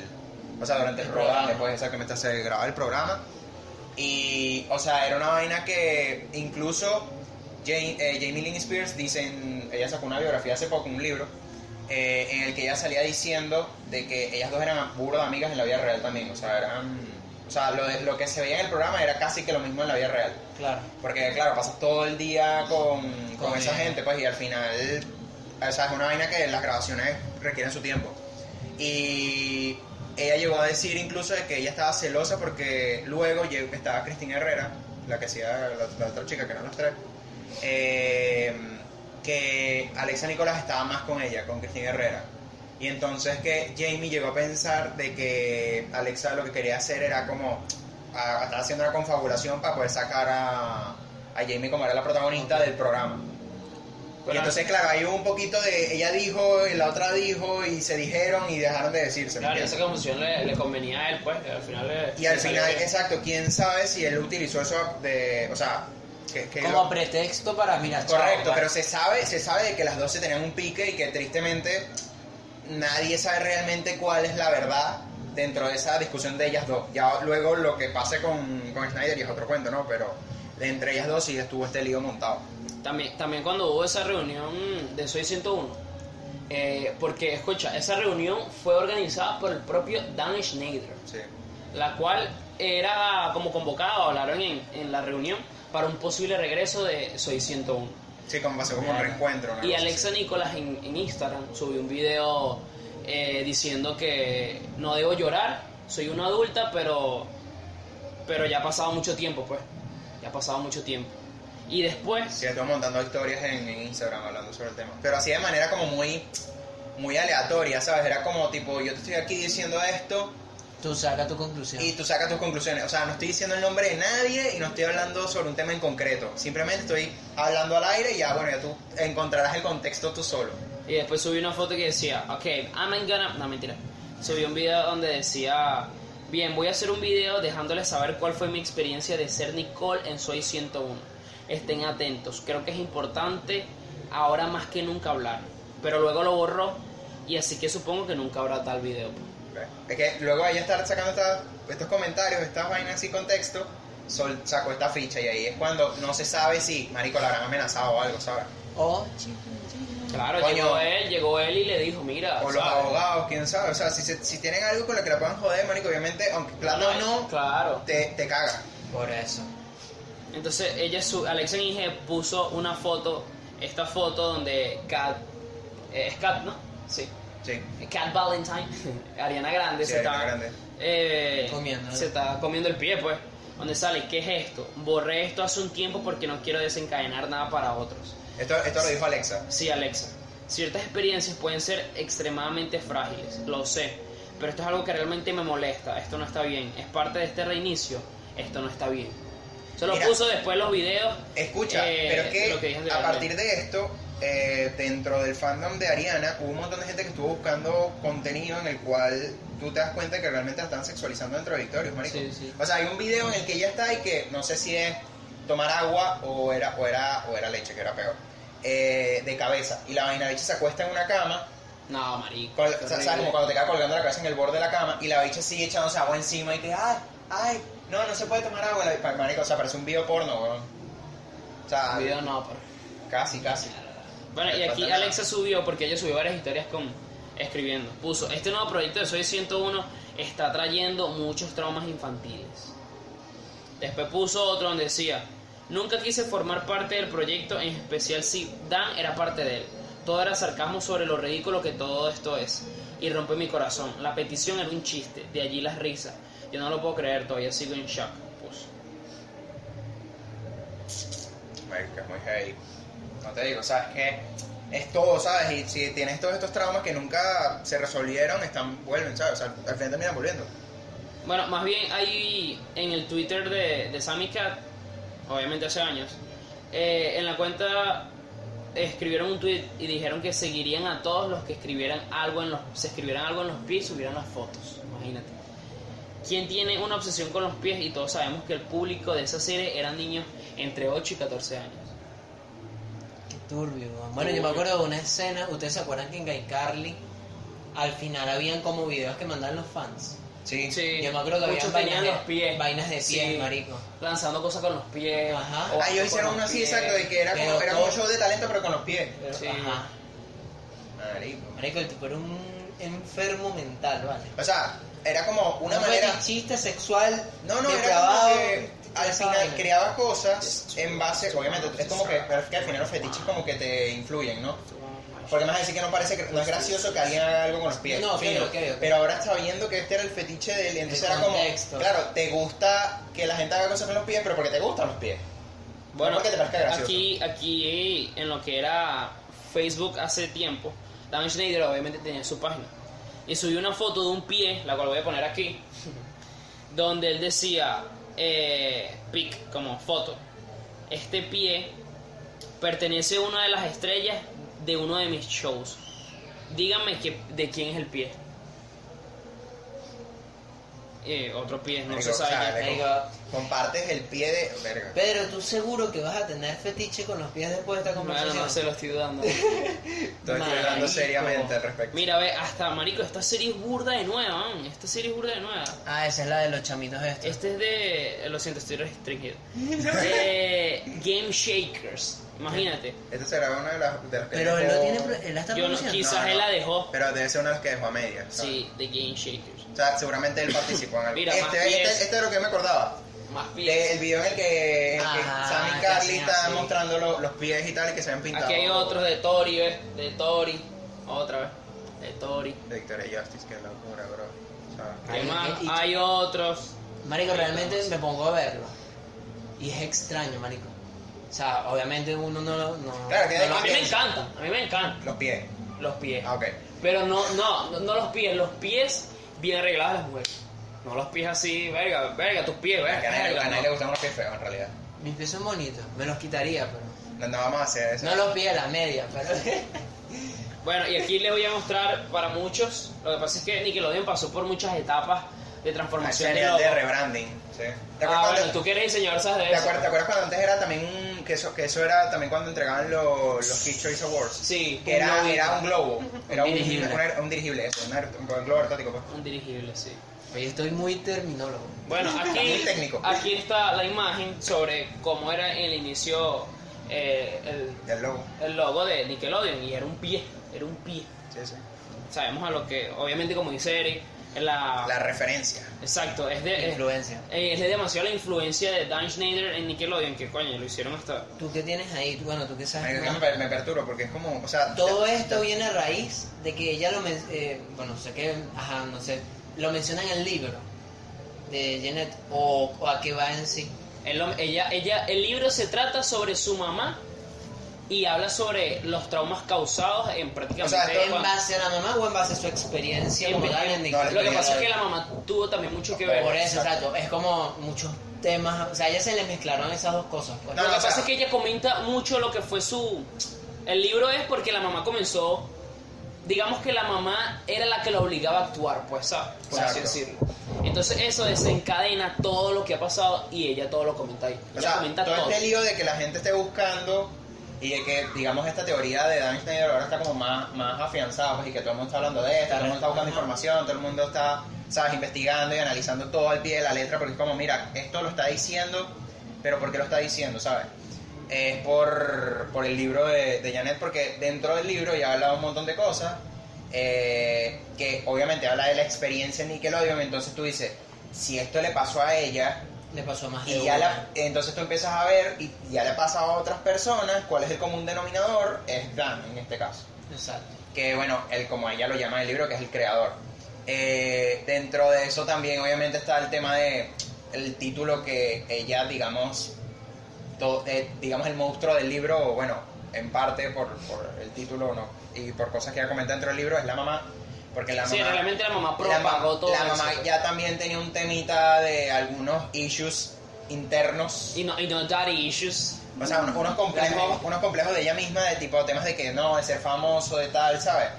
S1: o sea, durante el
S3: El
S1: rodaje,
S3: programa.
S1: pues, exactamente, se grababa el programa. Y, o sea, era una vaina que incluso Jane- eh, Jamie Lynn Spears dicen, ella sacó una biografía hace poco, un libro, eh, en el que ella salía diciendo de que ellas dos eran burda de amigas en la vida real también. O sea, eran, o sea lo, de- lo que se veía en el programa era casi que lo mismo en la vida real.
S3: Claro.
S1: Porque, claro, pasas todo el día con, con
S3: Con
S1: esa
S3: ella.
S1: gente, pues, y al final, o sea, es una vaina que las grabaciones requieren su tiempo. Y ella llegó a decir incluso de que ella estaba celosa porque luego llegó- estaba Cristina Herrera, la que hacía la, la otra chica, que eran los tres, eh, que Alexa Nicolás estaba más con ella, con Cristina Herrera. Y entonces que Jamie llegó a pensar de que Alexa lo que quería hacer era como a- estaba haciendo una confabulación para poder sacar a, a Jamie como era la protagonista del programa. y
S2: Pero-
S1: entonces, claro, hay un poquito de. Ella dijo, y la otra dijo, y se dijeron y dejaron de decirse. ¿me
S2: Claro, y
S1: entiendes?
S2: esa confusión le, le convenía a él, pues, que al final le-
S1: Y al
S2: le salió
S1: final,
S2: bien.
S1: exacto, quién sabe si él utilizó eso de. O sea, que. que
S3: Como pretexto para, mira, chao,
S1: Correcto,
S3: bye.
S1: pero se sabe, se sabe de que las dos se tenían un pique y que tristemente nadie sabe realmente cuál es la verdad dentro de esa discusión de ellas dos. Ya luego lo que pase con, con Snyder y es otro cuento, ¿no? Pero de entre ellas dos sí estuvo este lío montado.
S2: También, también cuando hubo esa reunión de Soy 101, eh, porque escucha, esa reunión fue organizada por el propio Dan Schneider,
S1: Sí.
S2: la cual era como convocada, hablaron en, en la reunión para un posible regreso de Soy 101.
S1: Sí, como pasó como un
S3: Claro.
S1: reencuentro. una
S2: Y
S1: cosa
S2: Alexa
S1: así.
S2: Nicolás en, en Instagram subió un video eh, diciendo que no debo llorar, soy una adulta, pero, pero ya ha pasado mucho tiempo, pues, ya ha pasado mucho tiempo. Y después...
S1: Sí, estuvo montando historias en, en Instagram hablando sobre el tema. Pero así de manera como muy, muy aleatoria, ¿sabes? Era como tipo, yo te estoy aquí diciendo esto,
S3: Tú saca tu conclusión.
S1: Y tú sacas tus conclusiones. O sea, no estoy diciendo el nombre de nadie y no estoy hablando sobre un tema en concreto. Simplemente estoy hablando al aire y ya, bueno, ya tú encontrarás el contexto tú solo.
S2: Y después subí una foto que decía, ok, I'm not gonna... No, mentira. Subí un video donde decía, bien, voy a hacer un video dejándoles saber cuál fue mi experiencia de ser Nicole en Soy 101. Estén atentos, creo que es importante ahora más que nunca hablar. Pero luego lo borró y así que supongo que nunca habrá tal video.
S1: Es que luego ella estar sacando estas- estos comentarios, estas vainas sin contexto, sol, sacó esta ficha y ahí es cuando no se sabe si, marico, la habrán amenazado o algo, ¿sabes?
S3: O
S2: Claro,
S1: Coño.
S2: llegó él, llegó él y le dijo, mira,
S1: O los
S2: ¿sabes?
S1: abogados, quién sabe. O sea, si, se- si tienen algo con lo que la puedan joder, marico, obviamente, aunque plata o no,
S2: Claro.
S1: te, te caga.
S3: por eso.
S2: Entonces ella su Alexa Inge puso una foto, esta foto donde Cat eh, es Cat, ¿no? Sí.
S1: Sí.
S2: Cat Valentine, Ariana Grande
S1: Sí,
S2: se
S1: Ariana
S2: está
S1: Grande.
S2: eh,
S3: Comiendo, ¿no?
S2: se está comiendo el pie, pues. Donde sale, ¿qué es esto? Borré esto hace un tiempo porque no quiero desencadenar nada para otros.
S1: Esto, esto lo dijo Alexa.
S2: Sí, Alexa. Ciertas experiencias pueden ser extremadamente frágiles, lo sé, pero esto es algo que realmente me molesta, esto no está bien, es parte de este reinicio, esto no está bien. Se lo
S1: Mira.
S2: puso después los videos.
S1: Escucha,
S2: eh,
S1: pero es
S2: lo
S1: que,
S2: dije anteriormente.
S1: a partir de esto, eh, dentro del fandom de Ariana, hubo un montón de gente que estuvo buscando contenido en el cual tú te das cuenta que realmente la están sexualizando dentro de Victorious, marico.
S2: Sí, sí.
S1: O sea, hay un video en el que ella está y que no sé si es tomar agua o era, o era, o era leche, que era peor, eh, de cabeza. Y la vaina bicha se acuesta en una cama,
S2: No, marico.
S1: col-
S2: qué
S1: o sea, ¿sabes?
S2: horrible.
S1: Como cuando te queda colgando la cabeza en el borde de la cama y la bicha sigue echándose agua encima y que, ay, ay, no, no se puede tomar agua. La, marico, o sea, parece un video porno, weón. O sea,
S2: Video no, pero-
S1: Casi, casi.
S2: Bueno, y
S1: No
S2: aquí
S1: pasa nada.
S2: Alexa subió, porque ella subió varias historias con escribiendo. Puso, este nuevo proyecto de Soy 101 está trayendo muchos traumas infantiles. Después puso otro donde decía, nunca quise formar parte del proyecto, en especial si Dan era parte de él. Todo era sarcasmo sobre lo ridículo que todo esto es. Y rompe mi corazón. La petición era un chiste, de allí las risas. Yo no lo puedo creer, todavía sigo en shock. puso.
S1: Marico, es muy heavy. No te digo, sabes que es todo, ¿sabes? Y si tienes todos estos traumas que nunca se resolvieron, están, vuelven, ¿sabes? O sea, al final terminan volviendo.
S2: Bueno, más bien ahí en el Twitter de, de Sammy Cat, obviamente hace años, eh, en la cuenta escribieron un tweet y dijeron que seguirían a todos los que escribieran algo en los, se escribieran algo en los pies y subieran las fotos. Imagínate. ¿Quién tiene una obsesión con los pies? Y todos sabemos que el público de esa serie eran niños entre 8 y 14 años.
S3: Qué turbio. weón. Bueno, yo me acuerdo de una escena. ¿Ustedes se acuerdan que en Guy Carly al final habían como videos que mandaban los fans?
S1: Sí.
S2: Sí.
S3: Yo me acuerdo que
S2: Muchos
S3: habían vainas
S2: tenían
S3: de,
S2: los pies.
S3: vainas de pies,
S2: Sí.
S3: marico.
S2: Lanzando cosas con los pies.
S3: Ajá.
S2: o-
S1: Ah,
S2: Oh, con
S1: ellos hicieron
S2: los
S1: uno así,
S2: pies.
S1: exacto, de que era como,
S3: Pero
S1: era como un
S3: todo-
S1: show de talento, pero con los pies.
S2: Sí.
S3: Ajá.
S1: Marico.
S3: Marico, el tipo era un enfermo mental, ¿vale?
S1: O sea, era como una
S3: un
S1: manera...
S3: fetichista sexual
S1: No, no, era como
S3: depravado.
S1: que al final
S3: ¿sabes?
S1: creaba cosas en base, obviamente, es como que, pero es que al final los fetiches como que te influyen, ¿no? Porque más decir que no parece que- no es gracioso que alguien haga algo con los pies.
S3: No,
S1: fino.
S3: ok, ok, ok.
S1: Pero ahora sabiendo que este era el fetiche de él, entonces
S3: El
S1: era como,
S3: contexto.
S1: claro, te gusta que la gente haga cosas con los pies, pero porque te gustan los pies.
S2: Bueno,
S1: No porque te parezca gracioso.
S2: aquí, aquí en lo que era Facebook hace tiempo, Dan Schneider obviamente tenía su página. Y subió una foto de un pie, la cual voy a poner aquí, donde él decía, eh, pic, como foto. Este pie Pertenece a una de las estrellas de uno de mis shows. Díganme que, de quién es el pie. Eh, otro pie, no
S1: Marico,
S2: se sabe.
S1: o sea,
S2: quién.
S1: le
S3: Ahí
S1: com-
S3: va.
S1: compartes el pie de. Verga.
S3: Pero tú seguro que vas a tener fetiche con los pies después de esta
S2: Bueno,
S3: conversación.
S2: no se lo estoy dudando.
S1: Estoy hablando
S3: Marico.
S1: seriamente al respecto.
S2: Mira, ve, hasta marico, esta serie es burda de nueva, man. Esta serie es burda de nueva.
S3: Ah, esa es la de los chamitos estos.
S2: Este es de. Lo siento, estoy restringido. De Game Shakers. Imagínate.
S1: Esta Este será una de las, de las que
S3: Pero él
S1: dejó-
S3: no tiene, pro- él la está
S2: Yo no,
S3: produciendo.
S2: quizás
S1: No,
S2: él
S1: no.
S2: la dejó.
S1: Pero debe ser una de las que dejó a medias. ¿no?
S2: Sí, de Game Shakers.
S1: O sea, seguramente él participó en algo.
S2: Mira, más
S1: este,
S2: pies.
S1: este, este es lo que me acordaba.
S2: Más
S1: De-
S2: pies.
S1: el video en el que, en el que
S3: Ah,
S1: Sam y
S3: que
S1: Carly
S3: hacen
S1: están
S3: así.
S1: mostrando lo- los pies y tal y que se han pintado.
S2: Aquí hay otros de Tori, ¿ves? De Tori. Otra vez. De Tori.
S1: De Victoria Justice, qué locura, bro. O sea,
S2: ¿Qué
S3: Ay,
S2: más?
S3: he dicho.
S2: Hay otros.
S3: Marico, realmente me pongo a verlo. Y es extraño, marico. O sea, obviamente uno no lo... No,
S1: Claro, que
S3: no lo
S2: A mí me
S1: pies.
S2: encantan. A mí me encantan
S1: los pies.
S2: los pies.
S1: Ah, ok.
S2: Pero no, no, no, no los pies, los pies bien arreglados de las mujeres. No los pies así, verga, verga, tus pies,
S1: A
S2: verga.
S1: nadie,
S2: verga,
S1: a nadie le
S2: no.
S1: gustan los pies feos en realidad.
S3: Mis pies son bonitos. Me los quitaría, pero...
S1: No, no vamos a hacer eso.
S3: No los pies, la media, pero...
S2: Bueno, y aquí les voy a mostrar para muchos. Lo que pasa es que Nickelodeon pasó por muchas etapas de
S1: Ah, ese
S2: transformación.
S1: era
S2: de
S1: el de
S2: logo.
S1: rebranding. ¿sí? ¿Te acuerdas
S2: Ah,
S1: cuando-
S2: bueno, tú que eres diseñador sabes de
S1: ¿Te
S2: eso.
S1: acuerdas, te acuerdas cuando antes era también un- que eso, que eso era también cuando entregaban lo- los Kids Choice Awards?
S2: Sí,
S1: Que
S2: un
S1: era,
S2: globito.
S1: era un globo, era un,
S3: dirigible.
S1: una- un dirigible, eso, una- un globo aerostático. pues.
S2: Un dirigible, sí.
S3: Hoy estoy muy terminólogo.
S2: Bueno, aquí,
S1: Muy técnico.
S2: aquí está la imagen sobre cómo era en el inicio eh, el,
S1: Del logo.
S2: el logo de Nickelodeon. Y era un pie, era un pie.
S1: Sí, sí.
S2: Sabemos a lo que, obviamente, como dice Eric, la,
S1: La referencia.
S2: Exacto, es de. Es,
S3: Influencia.
S2: eh, es de demasiado la influencia de Dan Schneider en Nickelodeon, que coño, lo hicieron hasta.
S3: ¿Tú qué tienes ahí? Tú- Bueno, tú qué sabes.
S1: Marico,
S3: más?
S1: que me, me perturbo porque es como, o sea,
S3: Todo
S1: te-
S3: esto viene a raíz de que ella lo men- eh, bueno, sé que, ajá, no sé, lo menciona en el libro de Janet o, o a qué va en sí.
S2: El, hom- ella, ella, el libro se trata sobre su mamá y habla sobre los traumas causados en prácticamente.
S1: O sea,
S3: ¿En
S1: esto
S2: cuando-
S3: base a la mamá o en base a su experiencia
S2: en-
S3: como tal
S2: en-
S3: en
S1: no,
S2: lo que
S1: Nickelodeon.
S2: pasa es que la mamá tuvo también mucho que ver.
S3: Por eso, exacto, es como muchos temas, o sea, a ella se le mezclaron esas dos cosas. pues.
S1: No,
S2: lo que
S1: o sea-
S2: pasa es que ella comenta mucho lo que fue su... El libro es porque la mamá comenzó... Digamos que la mamá era la que lo obligaba a actuar, pues, ¿sabes? Por así
S1: Exacto.
S2: decirlo. Entonces eso desencadena todo lo que ha pasado y ella todo lo comenta ahí.
S1: o
S2: Ella
S1: sea,
S2: comenta
S1: todo
S2: todo.
S1: este lío de que la gente esté buscando y de que, digamos, esta teoría de Dan Schneider ahora está como más, más afianzada, pues, y que todo el mundo está hablando de esto, todo el mundo está buscando
S3: Ajá.
S1: información, todo el mundo está, sabes, investigando y analizando todo al pie de la letra, porque es como, mira, esto lo está diciendo, pero ¿por qué lo está diciendo, sabes? Es por, por el libro de, de Janet, porque dentro del libro ya habla un montón de cosas, eh, que obviamente habla de la experiencia en Nickelodeon, entonces tú dices, si esto le pasó a ella,
S3: Le pasó más
S2: Ah,
S3: de
S1: y ya
S3: una.
S1: la- entonces tú empiezas a ver y ya le pasa a otras personas cuál es el común denominador, es Dan en este caso.
S3: Exacto.
S1: Que bueno, él como ella lo llama en el libro, que es el creador. Eh, dentro de eso también obviamente está el tema de el título que ella, digamos, to- eh, digamos el monstruo del libro, bueno, en parte por, por el título no, y por cosas que ella comenta dentro del libro, es la mamá. Porque la
S2: Sí,
S1: mamá,
S2: realmente la mamá
S1: la, ma-
S2: propagó todo
S1: la
S2: eso.
S1: mamá ya también tenía un temita de algunos issues internos.
S2: Y no, y no daddy issues.
S1: O sea, unos, unos complejos, unos complejos de ella misma, de tipo temas de que no, de ser famoso, de tal, ¿sabes?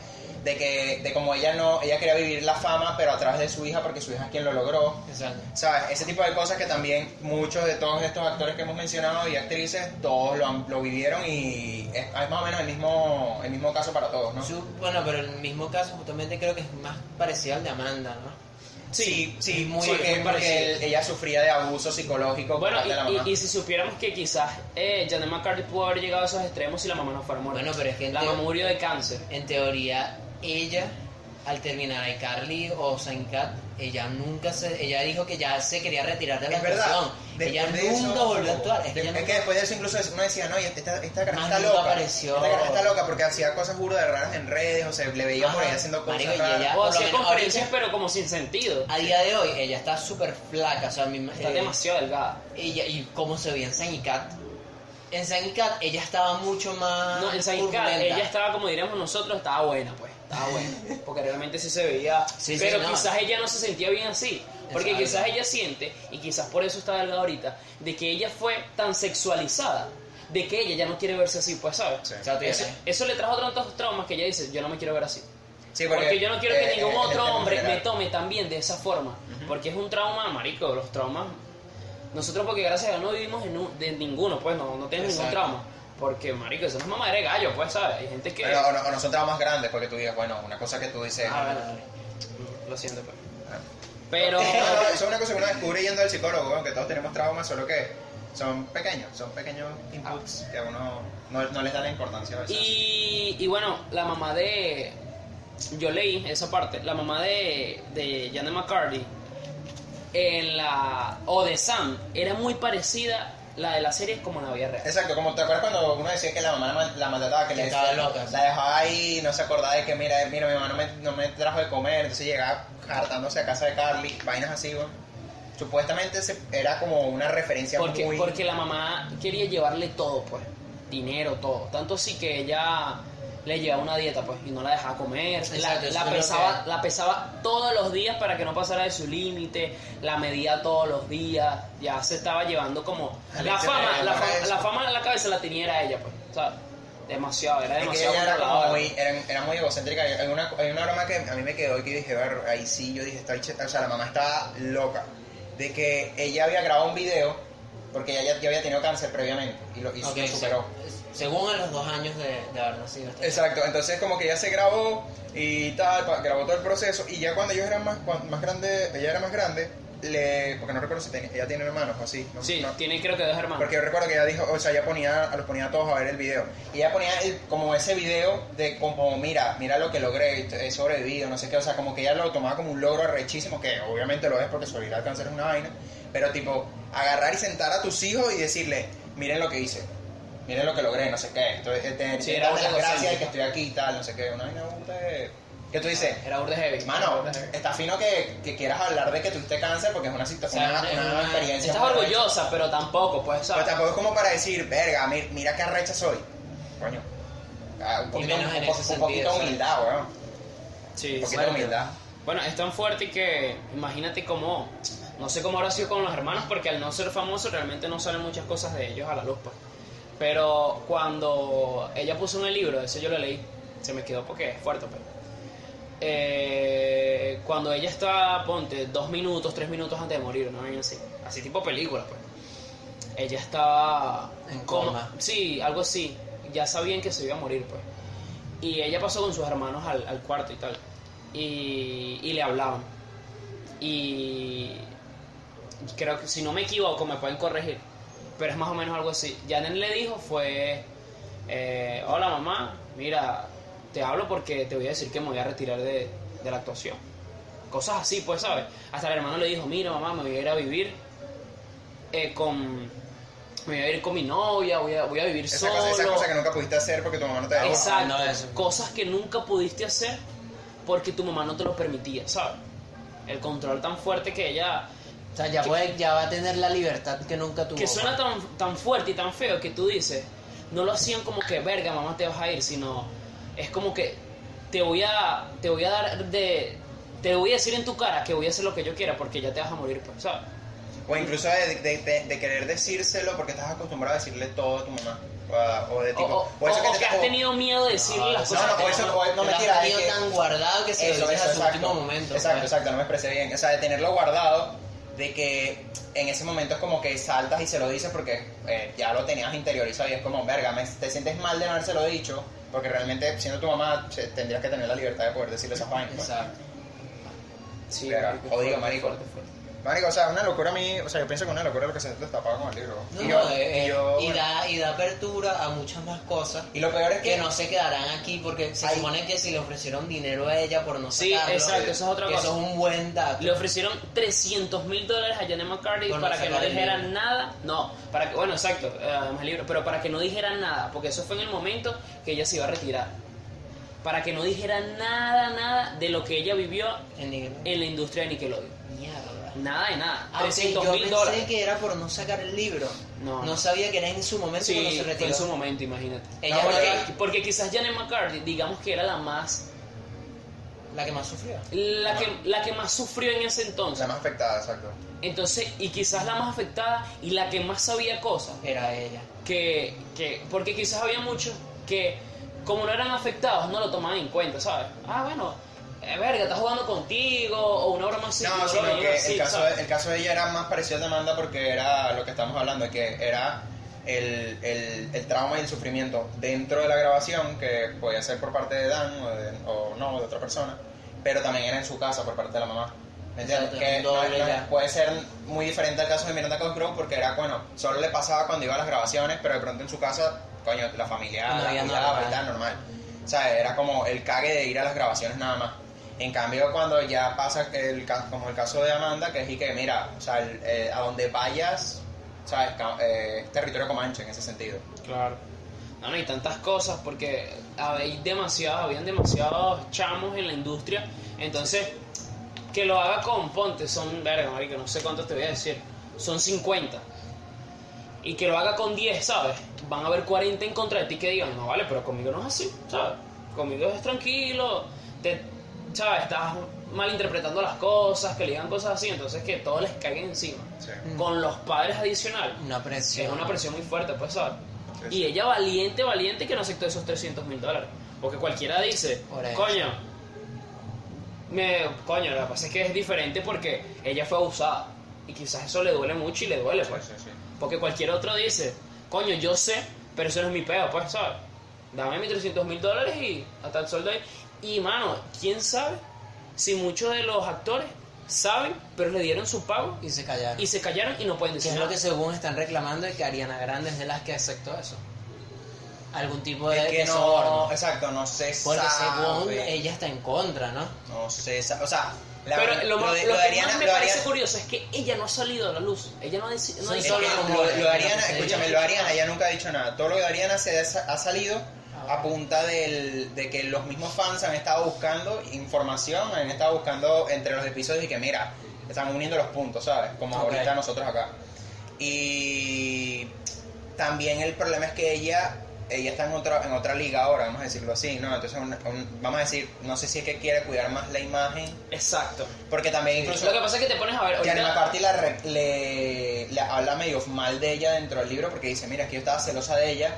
S1: De que, de como ella no, ella quería vivir la fama, pero a través de su hija, porque su hija es quien lo logró.
S3: Exacto.
S1: ¿Sabes? Ese tipo de cosas que también muchos de todos estos actores que hemos mencionado y actrices, todos lo, han- lo vivieron y es, es más o menos el mismo, el mismo caso para todos, ¿no?
S3: Su- bueno, pero el mismo caso justamente creo que es más parecido al de Amanda, ¿no?
S1: Sí, sí,
S2: muy-
S1: muy, porque,
S2: muy
S1: porque
S2: parecido.
S1: él- ella sufría de abuso psicológico por
S2: Bueno,
S1: parte de la
S2: y- y,
S1: mamá.
S2: y si supiéramos que quizás eh, Janet McCarthy pudo haber llegado a esos extremos si la mamá no fuera muerta.
S3: Bueno, pero es que
S2: la
S3: yo-
S2: mamá murió de cáncer.
S3: En teoría, ella, al terminar de Carly o Saint Cat, ella nunca se. Ella dijo que ya se quería retirar de la
S1: Es verdad.
S3: actuación.
S1: Después
S3: Ella
S1: de
S3: nunca
S1: eso-
S3: volvió a actuar. Es que
S1: de-
S3: ella nunca-
S1: después de eso incluso uno decía, no, y esta, esta caraja
S3: Más
S1: está
S3: nunca
S1: loca.
S3: apareció.
S1: Esta caraja está loca porque hacía cosas burdas de raras en redes, o sea, le veía por ahí
S3: Ajá,
S1: haciendo cosas
S3: marico, y
S1: raras.
S3: ella-
S2: O
S3: por lo
S2: hacía
S3: menos
S2: conferencias,
S3: ahorita-
S2: pero como sin sentido.
S3: A día de hoy, ella está súper flaca. O sea, mi,
S2: Está
S3: eh,
S2: demasiado delgada.
S3: Ella, y cómo se veía en Saint Cat. En Saint Cat, ella estaba mucho más.
S2: No, en Saint Cat,
S3: turbulenta.
S2: ella estaba, como diríamos nosotros, estaba buena, pues. Estaba buena. Porque realmente sí se veía.
S3: Sí, sí,
S2: pero
S3: no.
S2: quizás ella no se sentía bien así. Porque
S3: Exacto.
S2: quizás ella siente, y quizás por eso está delgada ahorita, de que ella fue tan sexualizada de que ella ya no quiere verse así, pues, ¿sabes?
S1: Sí.
S3: Exacto, ya
S2: Eso,
S3: sé.
S2: eso le trajo tantos traumas que ella dice, yo no me quiero ver así.
S1: Sí,
S2: porque, yo no quiero que
S1: eh,
S2: ningún
S1: eh,
S2: otro
S1: el tema
S2: hombre me
S1: general.
S2: tome también de esa forma.
S1: Ujú.
S2: Porque es un trauma, marico, los traumas. Nosotros porque gracias a Dios no vivimos en un- de ninguno, pues no, no tienes ningún
S3: Exacto.
S2: trauma. Porque, marico, eso no es mamadera de gallo, pues, ¿sabes? Hay gente que...
S1: Bueno, o, no, o no son traumas grandes, porque tú digas, bueno, una cosa que tú dices.
S2: Ah, bueno, dale. Lo siento, pues.
S1: Ah.
S2: Pero...
S1: No, no, eso es una cosa que uno descubre yendo al psicólogo, weón, que todos tenemos traumas, solo que son pequeños, son pequeños inputs que a uno no, no les da la importancia a veces.
S2: Y, y bueno, la mamá de. Yo leí esa parte. La mamá de, de Janet McCarthy en la, o de Sam era muy parecida la de la serie como en la vida real.
S1: Exacto, como te acuerdas cuando uno decía que la mamá la mal- la maltrataba, que
S3: Que
S1: le
S3: estaba loca, sí.
S1: la dejaba ahí, no se acordaba de que mira, eh, mira, mi mamá no me, no me trajo de comer, entonces llegaba hartándose a casa de Carly, vainas así, weón. Supuestamente se- era como una referencia
S2: Porque,
S1: muy...
S2: porque la mamá quería llevarle todo, pues. Dinero, todo. Tanto así que ella le llevaba una dieta, pues, y no la dejaba comer. La-
S3: Exacto, eso
S2: la,
S3: es lo
S2: pesaba,
S3: que-
S2: la pesaba todos los días para que no pasara de su límite. La medía todos los días. Ya se estaba llevando como.
S1: Ah,
S2: La
S1: le-
S2: fama,
S1: le-
S2: la,
S1: le-
S2: fama,
S1: eso.
S2: la fama en la cabeza la tenía era ella, pues. O sea, demasiado, era
S1: Es que
S2: demasiado.
S1: ella era, como
S2: controladora.
S1: muy, era, era muy egocéntrica. Hay una, hay una broma que a mí me quedó y que dije, "Ver, ahí sí, yo dije, está, o sea, la mamá estaba loca. De que ella había grabado un video porque ella ya, ya había tenido cáncer previamente y lo, y
S3: Ok,
S1: lo superó.
S3: se- según a los dos años de, de haber nacido. este-
S1: Exacto, entonces como que ella se grabó y tal, pa- grabó todo el proceso y ya cuando ellos eran más, cuan- más grande, ella era más grande, le, porque no recuerdo si tenía, ella tiene hermanos o así, no,
S2: Sí,
S1: no-
S2: tiene creo que dos hermanos.
S1: porque yo recuerdo que ella dijo, o sea, ella ponía, los ponía a todos a ver el video. Y ella ponía el- como ese video de como, mira, mira lo que logré, he sobrevivido, no sé qué. O sea, como que ella lo tomaba como un logro arrechísimo, que obviamente lo es porque sobrevivir al cáncer es una vaina. Pero tipo, agarrar y sentar a tus hijos y decirle, miren lo que hice, miren lo que logré, no sé qué. Entonces, eh, te-
S2: Sí,
S1: te-
S2: era
S1: dame las
S2: una cosa
S1: gracias de
S2: así.
S1: que estoy aquí y tal, no sé qué. Una vaina burda que tú dices...
S2: Era Urde Heavy.
S1: Mano,
S2: Burda heavy.
S1: está fino que, que quieras hablar de que tuviste cáncer porque es una situación,
S3: O sea,
S1: una,
S3: es
S1: una
S3: una-
S1: experiencia.
S2: Estás
S1: muy arrecha.
S2: orgullosa, pero tampoco, pues, ¿sabes?
S1: Pero tampoco es como para decir, verga, mi- mira qué arrecha soy. Coño. Ah, un
S3: Y
S1: poquito,
S3: menos en
S1: un po-
S3: ese
S1: un poquito
S3: sentido,
S1: de humildad, weón.
S2: Sí,
S1: Un poquito de
S2: fuerte.
S1: humildad.
S2: Bueno, es tan fuerte que imagínate cómo, no sé cómo habrá sido con los hermanos, porque al no ser famoso realmente no salen muchas cosas de ellos a la luz, pues. Pero cuando ella puso en el libro, eso yo lo leí, se me quedó porque es fuerte, pues. Eh, cuando ella está, ponte, dos minutos, tres minutos antes de morir, ¿no? Y así, así tipo película, pues. Ella estaba...
S3: En
S2: como-
S3: coma.
S2: Sí, algo así. Ya sabían que se iba a morir, pues. Y ella pasó con sus hermanos al, al cuarto y tal. Y, y le hablaban. Y creo que si no me equivoco, me pueden corregir. Pero es más o menos algo así. Janet le dijo fue, eh, hola mamá, mira, te hablo porque te voy a decir que me voy a retirar de, de la actuación. Cosas así, pues, ¿sabes? Hasta el hermano le dijo, mira mamá, me voy a ir a vivir eh, con... Me voy a ir con mi novia, voy a, voy a vivir
S1: Esa
S2: solo.
S1: cosa, esa cosa que nunca pudiste hacer porque tu mamá no te dejó.
S3: Esa-
S2: Exacto.
S3: no, eso.
S2: Cosas que nunca pudiste hacer porque tu mamá no te lo permitía, ¿sabes? El control tan fuerte que ella...
S3: O sea, ya, puede- ya va a tener la libertad que nunca tuvo.
S2: Que suena tan, tan fuerte y tan feo que tú dices, no lo hacían como que, verga, mamá, te vas a ir, sino es como que te voy a, te voy a dar de... Te voy a decir en tu cara que voy a hacer lo que yo quiera porque ya te vas a morir, pues, ¿sabes?
S1: O incluso de, de- de- de querer decírselo porque estás acostumbrado a decirle todo a tu mamá. O, a- o de
S2: O,
S1: tipo.
S2: o-
S1: o eso
S2: o
S1: que
S2: que
S1: te-
S2: has
S1: o- Ah,
S2: tenido miedo de decirle
S3: No,
S2: las
S3: no,
S2: cosas.
S1: no,
S2: que
S1: o eso- o- no,
S3: no me
S1: mentira, es que-
S3: tan guardado que se
S1: Eso,
S3: lo
S1: eso,
S3: dices a su
S1: exacto.
S3: último momento.
S1: Exacto,
S3: pues.
S1: exacto, no me expresé bien. O sea, de tenerlo guardado, de que en ese momento es como que saltas y se lo dices porque eh, ya lo tenías interiorizado y es como, verga, me- te sientes mal de no habérselo dicho, porque realmente siendo tu mamá se- tendrías que tener la libertad de poder decirle esas vainas. pues.
S3: Exacto.
S2: Sí,
S1: Verga, jodido,
S2: marico, fuerte,
S1: marico.
S2: fuerte, fuerte.
S1: Marico, o sea, una locura a mí, o sea, yo pienso que una locura lo que se destapaba con el libro.
S3: No,
S1: y, yo,
S3: no, eh,
S1: y,
S3: eh,
S1: yo,
S3: y
S1: bueno.
S3: da, y da apertura a muchas más cosas
S1: Y lo peor es que,
S3: que no se quedarán aquí porque se
S1: Ay.
S3: supone que si le ofrecieron dinero a ella por no
S2: Sí,
S3: sacarlo,
S2: exacto, eso es otra
S3: que
S2: cosa.
S3: eso es un buen dato.
S2: Le ofrecieron 300 mil dólares a Janet McCarthy
S3: Por no
S2: para que no
S3: sacar el
S2: dijera
S3: libro.
S2: nada. No, para que, bueno, exacto, eh, además el libro, pero para que no dijera nada, porque eso fue en el momento que ella se iba a retirar. Para que no dijera nada, nada de lo que ella vivió
S3: El nivel.
S2: en la industria de Nickelodeon.
S3: Mierda.
S2: Nada de nada.
S3: Ah, ok,
S2: 300
S3: yo
S2: mil
S3: pensé
S2: dólares.
S3: que era por no sacar el libro.
S2: No.
S3: sabía que era en su momento cuando
S2: Sí,
S3: se
S2: fue
S3: retiró. Eh.
S2: en su momento, imagínate.
S3: Ella
S2: No, porque,
S3: era-
S2: porque quizás Janet McCarthy, digamos que era la más
S3: la que más sufrió.
S2: La que, la que más sufrió en ese entonces.
S1: La más afectada, exacto.
S2: Entonces, y quizás la más afectada y la que más sabía cosas.
S3: Era ella.
S2: que, que porque quizás había muchos que como no eran afectados no lo tomaban en cuenta, ¿sabes? Ah, bueno, eh, verga, estás jugando contigo o una broma así.
S1: no,
S2: lo
S1: sino
S2: veían
S1: que
S2: así,
S1: el, caso
S2: ¿sabes?
S1: de, el caso de ella era más parecido a demanda porque era lo que estamos hablando, que era el, el, el trauma y el sufrimiento dentro de la grabación, que podía ser por parte de Dan o, de- o no, de otra persona, pero también era en su casa por parte de la mamá. ¿Me entiendes?
S3: Exacto,
S1: Que
S3: un doble
S1: no- no-
S3: ya.
S1: puede ser muy diferente al caso de Miranda Cosgrove porque era, bueno, solo le pasaba cuando iba a las grabaciones, pero de pronto en su casa, coño, la familia
S3: No
S1: la
S3: había
S1: cuidaba
S3: normal.
S1: y tal, normal. O sea, era como el cague de ir a las grabaciones nada más. En cambio, cuando ya pasa el ca- como el caso de Amanda, que es y que, mira, o sea, el- eh, a donde vayas, ¿sabes? Ca- eh, es territorio comanche en ese sentido.
S2: Claro. Ah, No, no, hay tantas cosas porque hay demasiados, habían demasiados chamos en la industria. Entonces, que lo haga con Ponte, son, verga, marico, no sé cuántos te voy a decir. Son 50. Y que lo haga con 10, ¿sabes? Van a haber 40 en contra de ti que digan, no vale, pero conmigo no es así, ¿sabes? Conmigo es tranquilo, te, ¿sabes? Estás malinterpretando las cosas, que le digan cosas así, entonces que todos les caigan encima.
S1: Sí.
S3: Mm.
S2: Con los padres adicional,
S3: Una
S2: Sí,
S3: presión.
S2: es una presión muy fuerte, pues, ¿sabes?
S1: Sí, sí.
S2: Y ella valiente, valiente que no aceptó esos 300 mil dólares. Porque cualquiera dice,
S3: Por eso.
S2: coño, me, coño, lo que pasa es que es diferente porque ella fue abusada. Y quizás eso le duele mucho y le duele, pues.
S1: Sí, sí, sí.
S2: Porque cualquier otro dice, coño, yo sé, pero eso no es mi pedo, pues, ¿sabes? Dame mis 300 mil dólares y hasta el sol de ahí. Y, mano, ¿quién sabe si muchos de los actores saben, pero le dieron su pago
S3: Y se callaron.
S2: y se callaron y no pueden
S3: Que
S2: decir
S3: es lo
S2: nada?
S3: que según están reclamando y que Ariana Grande es de las que aceptó eso. Algún tipo de,
S1: Es que
S3: de
S1: no,
S3: soborno.
S1: exacto, no se
S3: Porque según
S1: sabe.
S3: ella está en contra, ¿no?
S1: No se sabe. O sea, la-
S2: Pero lo, más-
S1: de-
S2: lo
S1: lo de
S2: que
S1: Ariana-
S2: más me
S1: lo de
S2: parece
S1: Ariana-
S2: curioso es que ella no ha salido a la luz. Ella no ha dicho no ha
S3: Son
S1: Es
S2: dicho
S1: que
S3: solo
S1: lo-
S2: nada.
S3: rumores,
S1: lo,
S3: pero
S1: de Ariana,
S3: que se
S1: escúchame,
S2: diga.
S1: lo de Ariana ya nunca ha dicho nada. Todo lo de Ariana se ha ha salido a punta del, de que los mismos fans han estado buscando información, han estado buscando entre los episodios y que mira, están uniendo los puntos, ¿sabes? Como
S3: Ok.
S1: ahorita nosotros acá. Y también el problema es que ella ella está en otra en otra liga ahora, vamos a decirlo así, ¿no? Entonces, un- un- vamos a decir, no sé si es que quiere cuidar más la imagen,
S2: Exacto.
S1: porque también incluso...
S2: Lo que pasa es que te pones a ver.
S1: Que Anna
S2: Ahorita,
S1: McCarthy la re- le, le habla medio mal de ella dentro del libro porque dice, mira, es que yo estaba celosa de ella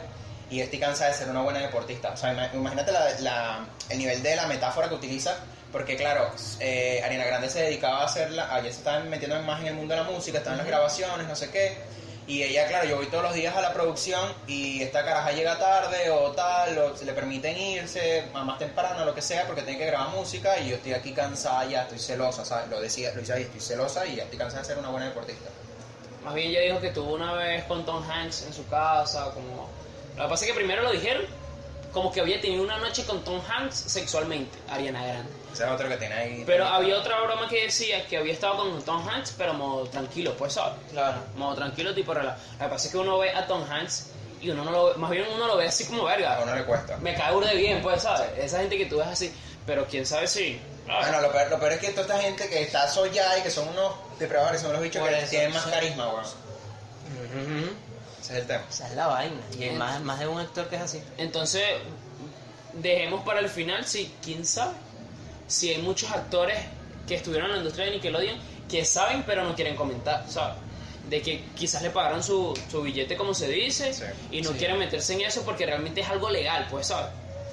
S1: y estoy cansada de ser una buena deportista. O sea, ima- imagínate la- la- el nivel de la metáfora que utiliza, porque claro, eh, Ariana Grande se dedicaba a hacerla, ah, ya se estaban metiendo más en el mundo de la música, estaban las grabaciones, no sé qué. Y ella, claro, yo voy todos los días a la producción y esta caraja llega tarde o tal, o se le permiten irse a más temprano, lo que sea, porque tiene que grabar música y yo estoy aquí cansada ya, estoy celosa, ¿sabes? Lo decía, lo hice ahí, estoy celosa y ya estoy cansada de ser una buena deportista.
S2: más bien ella dijo que tuvo una vez con Tom Hanks en su casa. como Lo que pasa es que primero lo dijeron como que había tenido una noche con Tom Hanks sexualmente, Ariana Grande.
S1: Ese es otro que tiene ahí.
S2: Pero había otra broma que decía que había estado con Tom Hanks, pero modo tranquilo, pues ¿sabes?
S3: Claro.
S2: Modo tranquilo, tipo relax. Lo que pasa es que uno ve a Tom Hanks y uno no lo ve, más bien uno lo ve así como verga.
S1: A uno le cuesta.
S2: me cae burda de bien, pues, ¿sabes? Esa gente que tú ves así, pero quién sabe si. Ah,
S1: Bueno, lo peor, lo peor es que toda esta gente que está sollada y que son unos depredadores, son los bichos
S3: Por
S1: que
S3: eso,
S1: tienen más
S3: sí.
S1: carisma, weón.
S3: Ujú.
S1: Ese es el tema.
S3: Esa es la vaina. Y hay
S2: Bien.
S3: más, más de un actor que es así.
S2: Entonces, dejemos para el final si, quién sabe, si hay muchos actores que estuvieron en la industria de Nickelodeon que saben, pero no quieren comentar, ¿sabes? De que quizás le pagaron su, su billete, como se dice,
S1: Sí.
S2: y no
S3: Sí.
S2: quieren meterse en eso porque realmente es algo legal, pues, ¿sabes?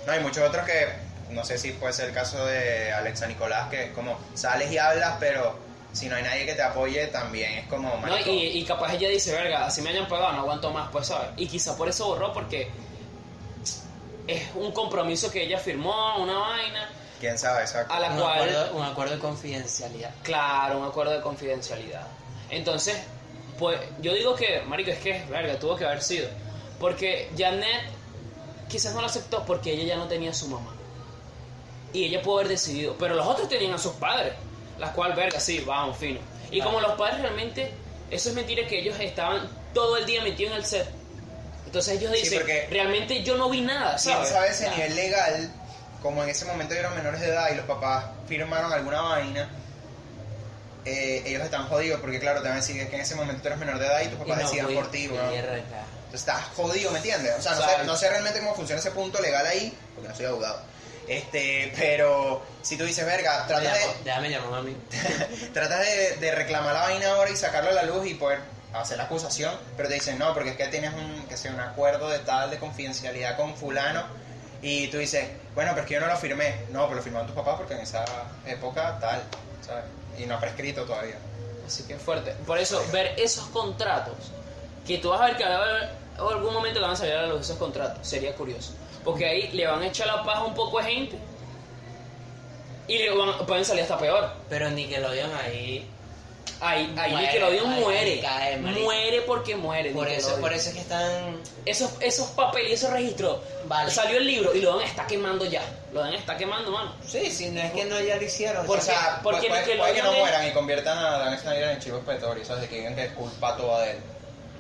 S1: No, hay muchos otros que, no sé si puede ser el caso de Alexa Nicolás, que es como, sales y hablas, pero si no hay nadie que te apoye, también es como,
S2: No,
S1: marico,
S2: y, y capaz ella dice, verga, así me hayan pagado, no aguanto más, pues, ¿sabes? Y quizá por eso borró, porque es un compromiso que ella firmó, una vaina,
S1: quién sabe, exacto.
S2: a la
S3: Un
S2: cual...
S3: acuerdo, un acuerdo de confidencialidad.
S2: Claro, un acuerdo de confidencialidad. Entonces, pues yo digo que, marico, es que, verga, tuvo que haber sido. Porque Janet quizás no lo aceptó porque ella ya no tenía a su mamá. Y ella pudo haber decidido. Pero los otros tenían a sus padres. Las cuales, verga, sí, vamos, fino. Y
S3: Claro.
S2: como los padres realmente, eso es mentira que ellos estaban todo el día metidos en el set. Entonces ellos
S1: Sí,
S2: dicen,
S1: porque-
S2: realmente yo no vi nada,
S1: ¿Quién
S2: ¿sabes?
S1: sabe ese
S2: Nah.
S1: nivel legal? Como en ese momento eran menores de edad y los papás firmaron alguna vaina, eh, ellos están jodidos porque, claro, te van a decir es que en ese momento tú eres menor de edad y tus
S3: Y no
S1: papás decían
S3: fui-
S1: por ti, weón.
S3: Mierda.
S1: Entonces, estás jodido, ¿me entiendes? O sea, no sé,
S2: Exacto.
S1: no sé realmente cómo funciona ese punto legal ahí, porque no soy abogado. Este, pero si tú dices, verga, trata
S3: Déjame,
S1: de,
S3: déjame llamar a mí.
S1: trata de, de reclamar la vaina ahora y sacarlo a la luz y poder hacer la acusación, pero te dicen, no, porque es que tienes un, que sea, un acuerdo de tal, de confidencialidad con fulano, y tú dices, bueno, pero es que yo no lo firmé, no, pero lo firmaron tus papás porque en esa época tal, ¿sabes? Y no ha prescrito todavía.
S2: Así que fuerte. Por eso, ver esos contratos, que tú vas a ver que a ver- en algún momento le van a salir a los esos contratos, sería curioso. Porque ahí le van a echar la paja a un poco de gente. Y le van- pueden salir hasta peor.
S3: Pero Nickelodeon ahí.
S2: Ahí, ahí
S3: Muere,
S2: Nickelodeon
S3: ahí
S2: muere.
S3: cae, marico.
S2: muere porque muere.
S3: Por eso,
S2: Nickelodeon.
S3: por eso es que están.
S2: Esos, esos papeles y esos registros.
S3: Vale.
S2: Salió el libro y lo van a estar quemando ya. Lo van a estar quemando, mano.
S3: Sí, sí, no es que no ya lo hicieron.
S2: Por
S1: o sea, pues
S2: porque
S1: puede, puede-
S2: Nickelodeon
S1: puede que no
S2: es-
S1: mueran y conviertan a Dan Snyder en chivo expiatorio, ¿sabes? De que digan que es culpa toda de él.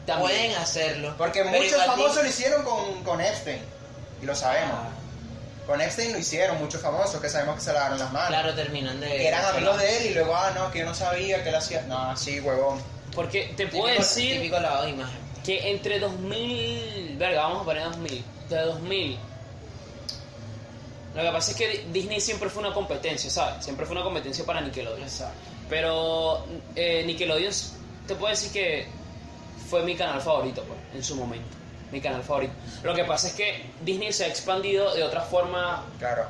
S2: También.
S3: pueden hacerlo.
S1: Porque
S3: pero
S1: muchos
S3: igual
S1: famosos lo
S3: di-
S1: hicieron con, con Epstein, y lo sabemos.
S3: Ah,
S1: Con Epstein lo hicieron muchos famosos que sabemos que se lavaron las manos.
S3: Claro, terminan de.
S1: Que eran
S2: Eh,
S1: amigos de él y luego, ah, no, que yo no sabía que él hacía. No, sí, huevón.
S2: Porque te
S3: Típico-
S2: puedo decir.
S3: Típico lavado de imagen.
S2: que entre 2000, verga, vamos a poner 2000, de 2000. Lo que pasa es que Di- Disney siempre fue una competencia, ¿sabes? Siempre fue una competencia para Nickelodeon. Pero eh, Nickelodeon, te puedo decir que fue mi canal favorito, pues, en su momento. Mi canal favorito. Lo que pasa es que Disney se ha expandido de otra forma,
S1: Claro.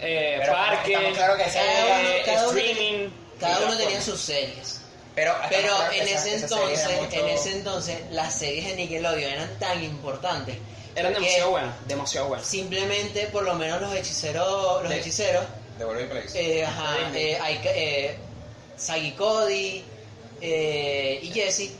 S2: eh,
S1: Pero
S2: parque,
S1: estamos claro que ese-
S2: eh,
S3: cada uno-
S2: streaming.
S3: Cada
S2: de
S3: uno
S2: otra
S3: tenía
S2: forma.
S3: sus series.
S1: Pero,
S3: Pero
S1: estamos claros que
S3: en
S1: esas-
S3: ese
S1: esas series
S3: entonces,
S1: eran
S3: en
S1: mucho-
S3: ese entonces, las series de Nickelodeon eran tan importantes.
S2: Eran
S3: que
S2: demasiado buenas, demasiado buenas.
S3: Simplemente, por lo menos los hechiceros, los
S1: De-
S3: hechiceros,
S1: De Volver y Place.
S3: eh, ajá,
S2: De Disney.
S3: eh, hay que- eh, Sagi Cody eh, y Jesse,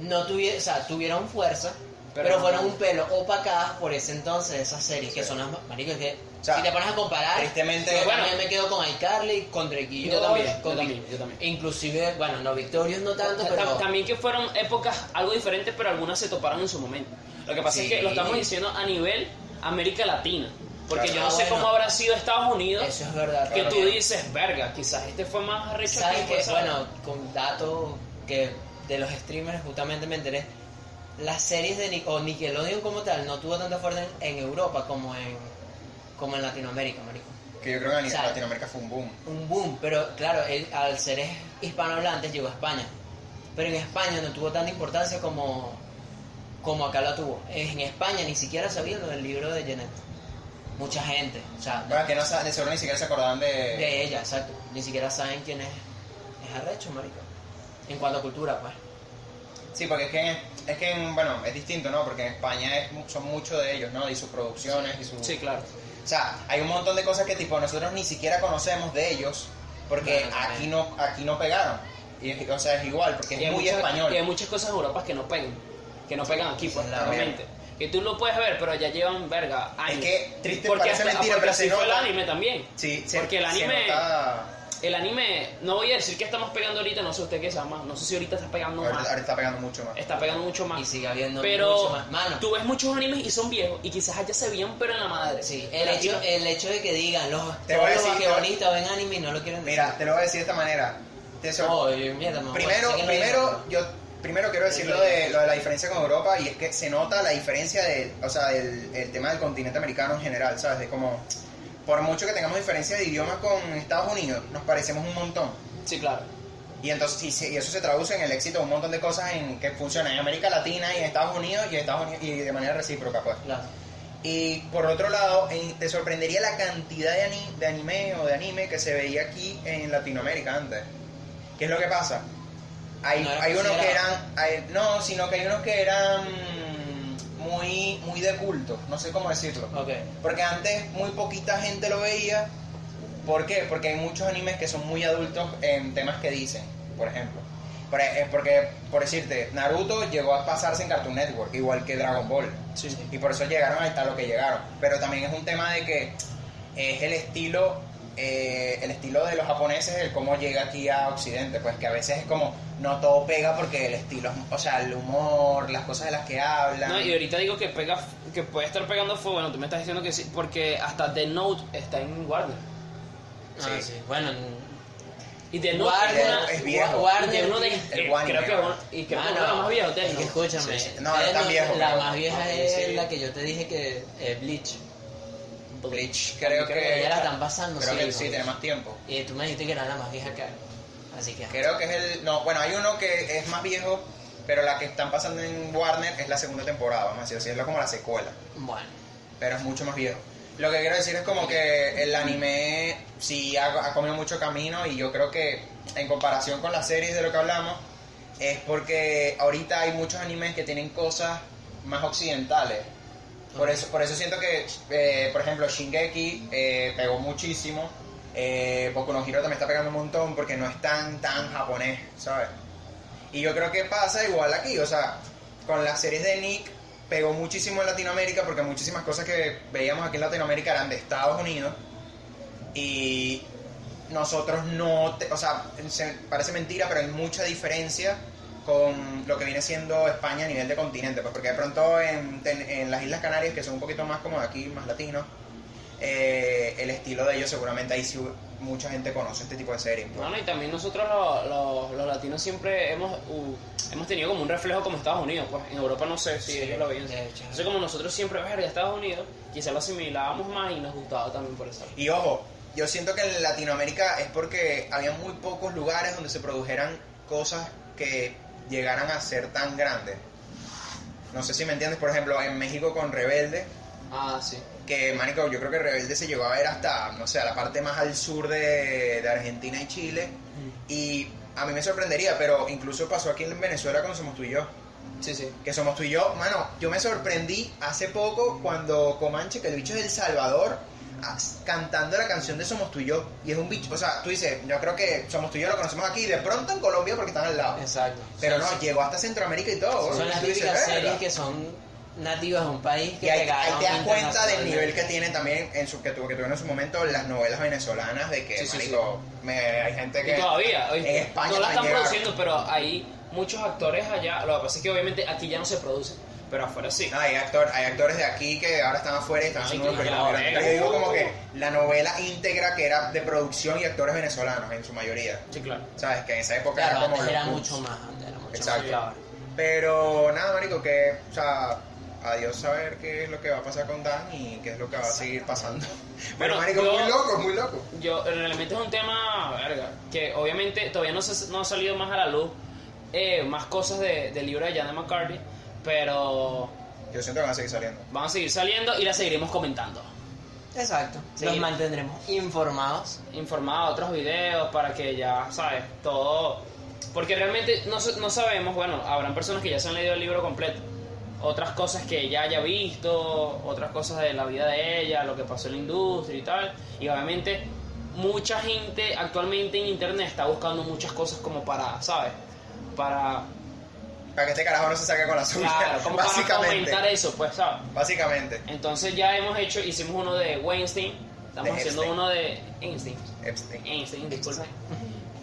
S3: no tuvieron, o sea, tuvieron fuerza,
S2: Pero
S3: pero,
S2: no.
S3: fueron un pelo opacadas por ese entonces esas series que
S1: Sí.
S3: son las más- marico, es que
S1: O sea,
S3: si te pones a comparar,
S1: tristemente-
S3: yo
S2: ah, Bueno.
S3: también me quedo con iCarly, con Drake y
S2: Yo también, yo
S3: con
S2: también, yo también.
S3: Inclusive, bueno, no, Victorious no tanto,
S2: Ta-
S3: pero...
S2: También que fueron épocas algo diferentes, pero algunas se toparon en su momento. Lo que pasa es que
S3: Sí.
S2: lo estamos diciendo a nivel América Latina. Porque
S1: Claro.
S2: yo no
S3: Ah,
S2: sé
S3: bueno.
S2: cómo habrá sido Estados Unidos,
S3: Eso es verdad.
S2: que
S3: claro.
S2: tú dices, verga, quizás este fue más arrecho
S3: Sabes
S2: aquí,
S3: que,
S2: pues, ¿sabes?
S3: bueno, con datos que de los streamers justamente me enteré, las series de Ni- o Nickelodeon como tal no tuvo tanta fuerza en, en Europa como en como en Latinoamérica, marico.
S1: Que yo creo que en
S3: o sea,
S1: Latinoamérica fue un boom.
S3: Un boom, pero claro, él, al ser es- hispanohablante llegó a España. Pero en España no tuvo tanta importancia como como acá la tuvo. En España ni siquiera sabía lo del libro de Janet. Mucha gente, o sea,
S1: Bueno, que no, sa- de seguro ni siquiera se acordaban de...
S3: de ella, exacto. Ni siquiera saben quién es. Es arrecho, marico. En cuanto a cultura, pues.
S1: Sí, porque es que, es que en- bueno, es distinto, ¿no? Porque en España es, mu- son muchos de ellos, ¿no? Y sus producciones y sus...
S2: Sí, claro.
S1: O sea, hay un montón de cosas que tipo nosotros ni siquiera conocemos de ellos porque
S3: Bueno, también.
S1: aquí no aquí no pegaron. Y es- o sea, es igual porque
S2: Y
S1: es
S2: hay
S1: muy
S2: muchas-
S1: español.
S2: Y hay muchas cosas en Europa que no pegan. Que no pegan aquí, pues,
S1: sí, también.
S2: realmente. Que tú lo puedes ver, pero ya llevan verga años.
S1: que triste,
S2: porque
S1: parece
S2: hasta-
S1: mentira,
S2: porque
S1: pero
S2: así
S1: se
S2: fue el
S1: nota.
S2: anime también.
S1: Sí, se-
S2: porque el
S1: se
S2: anime-
S1: nota-
S2: El anime, no voy a decir que estamos pegando ahorita, no sé usted qué sea más, no sé si ahorita está pegando
S1: ahorita,
S2: más.
S1: ahorita está pegando mucho más.
S2: Está pegando mucho más.
S3: Y sigue habiendo mucho
S2: Pero
S3: más. Mano,
S2: tú ves muchos animes y son viejos y quizás allá se veían pero en la madre.
S3: sí, el, hecho, el hecho de que digan los,
S1: Te
S3: todos
S1: voy a
S3: los
S1: decir, te voy-
S3: basquetbolistas ven anime y no lo quieren decir.
S1: Mira, te lo voy a decir de esta manera. Te aseguro-
S3: Oh, mierda, mamá,
S1: Primero,
S3: sé que no
S1: primero,
S3: digo,
S1: yo primero quiero decir lo de, lo de la diferencia con Europa y es que se nota la diferencia de, o sea, del el tema del continente americano en general, ¿sabes? De como, por mucho que tengamos diferencia de idioma con Estados Unidos, nos parecemos un montón.
S2: Sí, claro.
S1: Y entonces y, se- y eso se traduce en el éxito de un montón de cosas en que funcionan en América Latina y en Estados Unidos y, en Estados Unidos, y de manera recíproca, pues.
S3: claro.
S1: Y por otro lado, en- te sorprendería la cantidad de, ani- de anime o de anime que se veía aquí en Latinoamérica antes. ¿Qué es lo que pasa? Hay,
S3: No era
S1: hay unos que
S3: considerado.
S1: eran. hay- no, sino que hay unos que eran muy, muy de culto, no sé cómo decirlo.
S3: Ok.
S1: Porque antes muy poquita gente lo veía. ¿Por qué? Porque hay muchos animes que son muy adultos en temas que dicen, por ejemplo. Por- eh, Porque, por decirte, Naruto llegó a pasarse en Cartoon Network, igual que Dragon Ball.
S2: Sí, sí.
S1: Y por eso llegaron hasta lo que llegaron. Pero también es un tema de que es el estilo, eh, el estilo de los japoneses, el cómo llega aquí a Occidente. Pues que a veces es como, no todo pega porque el estilo, es- o sea, el humor, las cosas de las que hablan.
S2: No, y ahorita digo que pega que puede estar pegando fuego, bueno, tú me estás diciendo que sí, porque hasta The Note está en Warner.
S3: Ah,
S1: Sí.
S3: sí. Bueno,
S2: Y The Note
S3: Warner,
S2: es una-
S1: es viejo.
S2: y
S3: Warner
S2: de uno de-
S1: El
S2: eh,
S1: Warner.
S2: creo que uno- y creo que
S3: Mano,
S2: uno de los más viejos de
S3: es
S2: él,
S3: ah, que
S2: ¿no?
S3: escúchame.
S1: Sí, sí. No, está
S3: Death Note,
S1: viejo,
S3: La
S1: pero-
S3: más vieja
S2: Sí,
S3: es
S2: sí.
S3: la que yo te dije que es Bleach.
S1: Bleach, creo que.
S3: ya la están pasando,
S1: Creo
S3: sí,
S1: que
S3: ¿no?
S1: sí, tiene más tiempo.
S3: Y tú me dijiste que era la más vieja que hay. Así que.
S1: Creo que es el. No, bueno, hay uno que es más viejo, pero la que están pasando en Warner es la segunda temporada, vamos a decir así, es la- como la secuela,
S3: Bueno.
S1: pero es mucho más viejo. Lo que quiero decir es como que el anime sí ha, ha comido mucho camino y yo creo que en comparación con las series de lo que hablamos, es porque ahorita hay muchos animes que tienen cosas más occidentales. Por
S3: Ajá.
S1: eso, por eso siento que, eh, por ejemplo, Shingeki eh, pegó muchísimo. Eh, Boku no Hero también está pegando un montón porque no es tan, tan japonés, ¿sabes? Y yo creo que pasa igual aquí, o sea, con las series de Nick pegó muchísimo en Latinoamérica porque muchísimas cosas que veíamos aquí en Latinoamérica eran de Estados Unidos y nosotros no, te- o sea, se- parece mentira, pero hay mucha diferencia con lo que viene siendo España a nivel de continente, pues porque de pronto en, ten- en las Islas Canarias, que son un poquito más como de aquí, más latinos, eh, el estilo de ellos seguramente ahí sí mucha gente conoce este tipo de series. pues.
S2: Bueno, y también nosotros lo- lo- los latinos siempre hemos, uh, hemos tenido como un reflejo como Estados Unidos, pues en Europa no sé si
S3: Sí,
S2: ellos lo veían.
S3: de hecho.
S2: Entonces como nosotros siempre, verga, Estados Unidos, quizás lo asimilábamos más y nos gustaba también por eso.
S1: Y ojo, yo siento que en Latinoamérica es porque había muy pocos lugares donde se produjeran cosas que llegaran a ser tan grandes. No sé si me entiendes, por ejemplo, en México con Rebelde,
S2: Ah, sí.
S1: que Marico, yo creo que Rebelde se llegó a ver hasta, no sé, a la parte más al sur de, de Argentina y Chile. Y a mí me sorprendería, pero incluso pasó aquí en Venezuela con Somos tú y yo.
S2: Sí, sí.
S1: Que somos tú y yo, mano, yo me sorprendí hace poco cuando Comanche, que el bicho es del Salvador, as- cantando la canción de Somos tú y yo. Y es un bicho, o sea, tú dices, yo creo que Somos tú y yo lo conocemos aquí, de pronto en Colombia porque están al lado.
S3: Exacto.
S1: Pero
S3: Son-
S1: no, llegó hasta Centroamérica y todo.
S3: Son
S1: Y
S3: las
S1: tú dices,
S3: típicas
S1: "Verga".
S3: series que son nativas de un país que
S1: Y ahí, ahí
S3: pegaron
S1: te das cuenta del
S3: internacionalmente.
S1: nivel que tiene también, en su, que, tuvo, que tuvieron en su momento las novelas venezolanas, de que,
S2: Sí, sí,
S1: marico, me- hay gente que...
S2: Y todavía,
S1: en
S2: ¿oíste?
S1: España
S2: no la están
S1: también llegaron.
S2: produciendo, pero hay muchos actores allá. Lo que pasa es que obviamente aquí ya no se produce, pero afuera sí.
S1: No, hay, actor, hay actores de aquí que ahora están afuera y están haciendo
S2: Ay,
S1: unos
S2: claro, eh. Uh.
S1: programas grandes.
S2: venga.
S1: Yo digo como que la novela íntegra que era de producción y actores venezolanos en su mayoría.
S2: Sí, claro.
S1: ¿Sabes? Que en esa época
S3: Claro,
S1: era como.
S3: antes
S1: los
S3: era
S1: booms.
S3: mucho más, antes era mucho
S1: Exacto.
S3: más que ahora.
S1: Pero nada, Marico, que. O sea, a Dios saber qué es lo que va a pasar con Dan y qué es lo que va a seguir pasando. Pero,
S2: Bueno,
S1: Marico,
S2: yo-
S1: muy loco, muy loco.
S2: Yo, realmente es un tema, verga, que obviamente todavía no, se- no ha salido más a la luz eh, más cosas de- del libro de Janet McCarthy, pero
S1: Yo siento que van a seguir saliendo.
S2: van a seguir saliendo y las seguiremos comentando.
S3: Exacto.
S2: Sí.
S3: Los mantendremos informados.
S2: Informar otros videos para que ya, ¿sabes? Todo. Porque realmente no, sa- no sabemos, bueno, habrán personas que ya se han leído el libro completo, otras cosas que ella haya visto, otras cosas de la vida de ella, lo que pasó en la industria y tal. Y obviamente mucha gente actualmente en internet está buscando muchas cosas como para, ¿sabes? Para,
S1: Para que este carajo no se saque con la suya.
S2: claro, como para
S1: básicamente.
S2: comentar eso, pues, ¿sabes?
S1: Básicamente.
S2: Entonces ya hemos hecho, hicimos uno de Weinstein, estamos
S1: De
S2: haciendo
S1: Epstein.
S2: uno de Einstein,
S1: Epstein.
S2: Einstein, disculpa.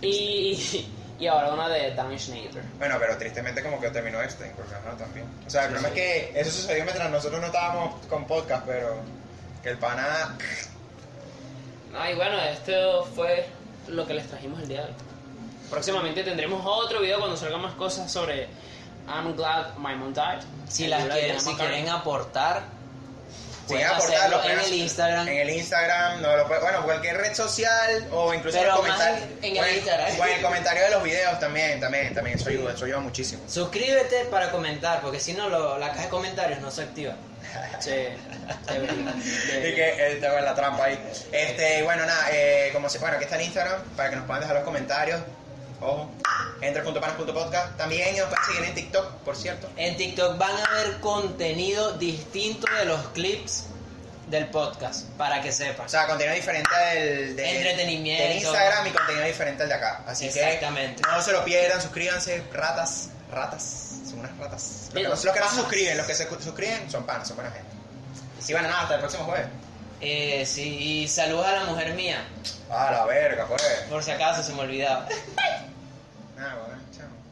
S2: Y, y ahora una de Dan Schneider.
S1: Bueno, pero tristemente como que terminó Epstein, porque no, también. O sea, el
S2: Sí,
S1: problema
S2: sí.
S1: es que eso sucedió mientras nosotros no estábamos con podcast, pero que el pana...
S2: Ay, bueno, esto fue lo que les trajimos el día de hoy. Próximamente tendremos otro video cuando salgan más cosas sobre I'm glad my mom died.
S3: Si
S2: El
S3: las
S2: libro de
S3: quieren,
S2: Diana
S3: si
S2: McCarthy.
S3: quieren aportar,
S1: Sí,
S3: pueden
S1: aportarlo,
S3: hacerlo en
S1: pero-
S3: el Instagram.
S1: En el Instagram, no lo puede- bueno, cualquier red social o incluso
S3: Pero
S1: en el
S3: más
S1: comentario.
S3: en- en el
S1: o
S3: Instagram.
S1: o en el comentario de los videos también, también, también. Eso ayuda, eso ayuda muchísimo.
S3: Suscríbete para comentar, porque si no, lo- la caja de comentarios no se activa.
S2: Sí, debería,
S1: Y
S2: debería.
S1: que él te va en la trampa ahí. Este, bueno, nada, eh, como se, bueno, aquí está el Instagram para que nos puedan dejar los comentarios. Ojo, entre.panas.podcast. También nos pueden seguir en TikTok, por cierto.
S3: En TikTok van a ver contenido distinto de los clips del podcast, para que
S1: O
S3: sepas.
S1: sea, contenido diferente del de,
S3: Entretenimiento.
S1: del Instagram y contenido diferente al de acá. Así
S3: Exactamente.
S1: que no se lo pierdan, suscríbanse, ratas, ratas, son unas ratas. Los que, no- los que no se suscriben, los que se cu- suscriben son pan, son buena gente. Y bueno, nada, hasta el próximo jueves.
S3: Eh, sí, y saludos a la mujer mía,
S1: A la verga, jueves.
S3: por si acaso se me olvidaba.
S1: Nada, bueno, chao.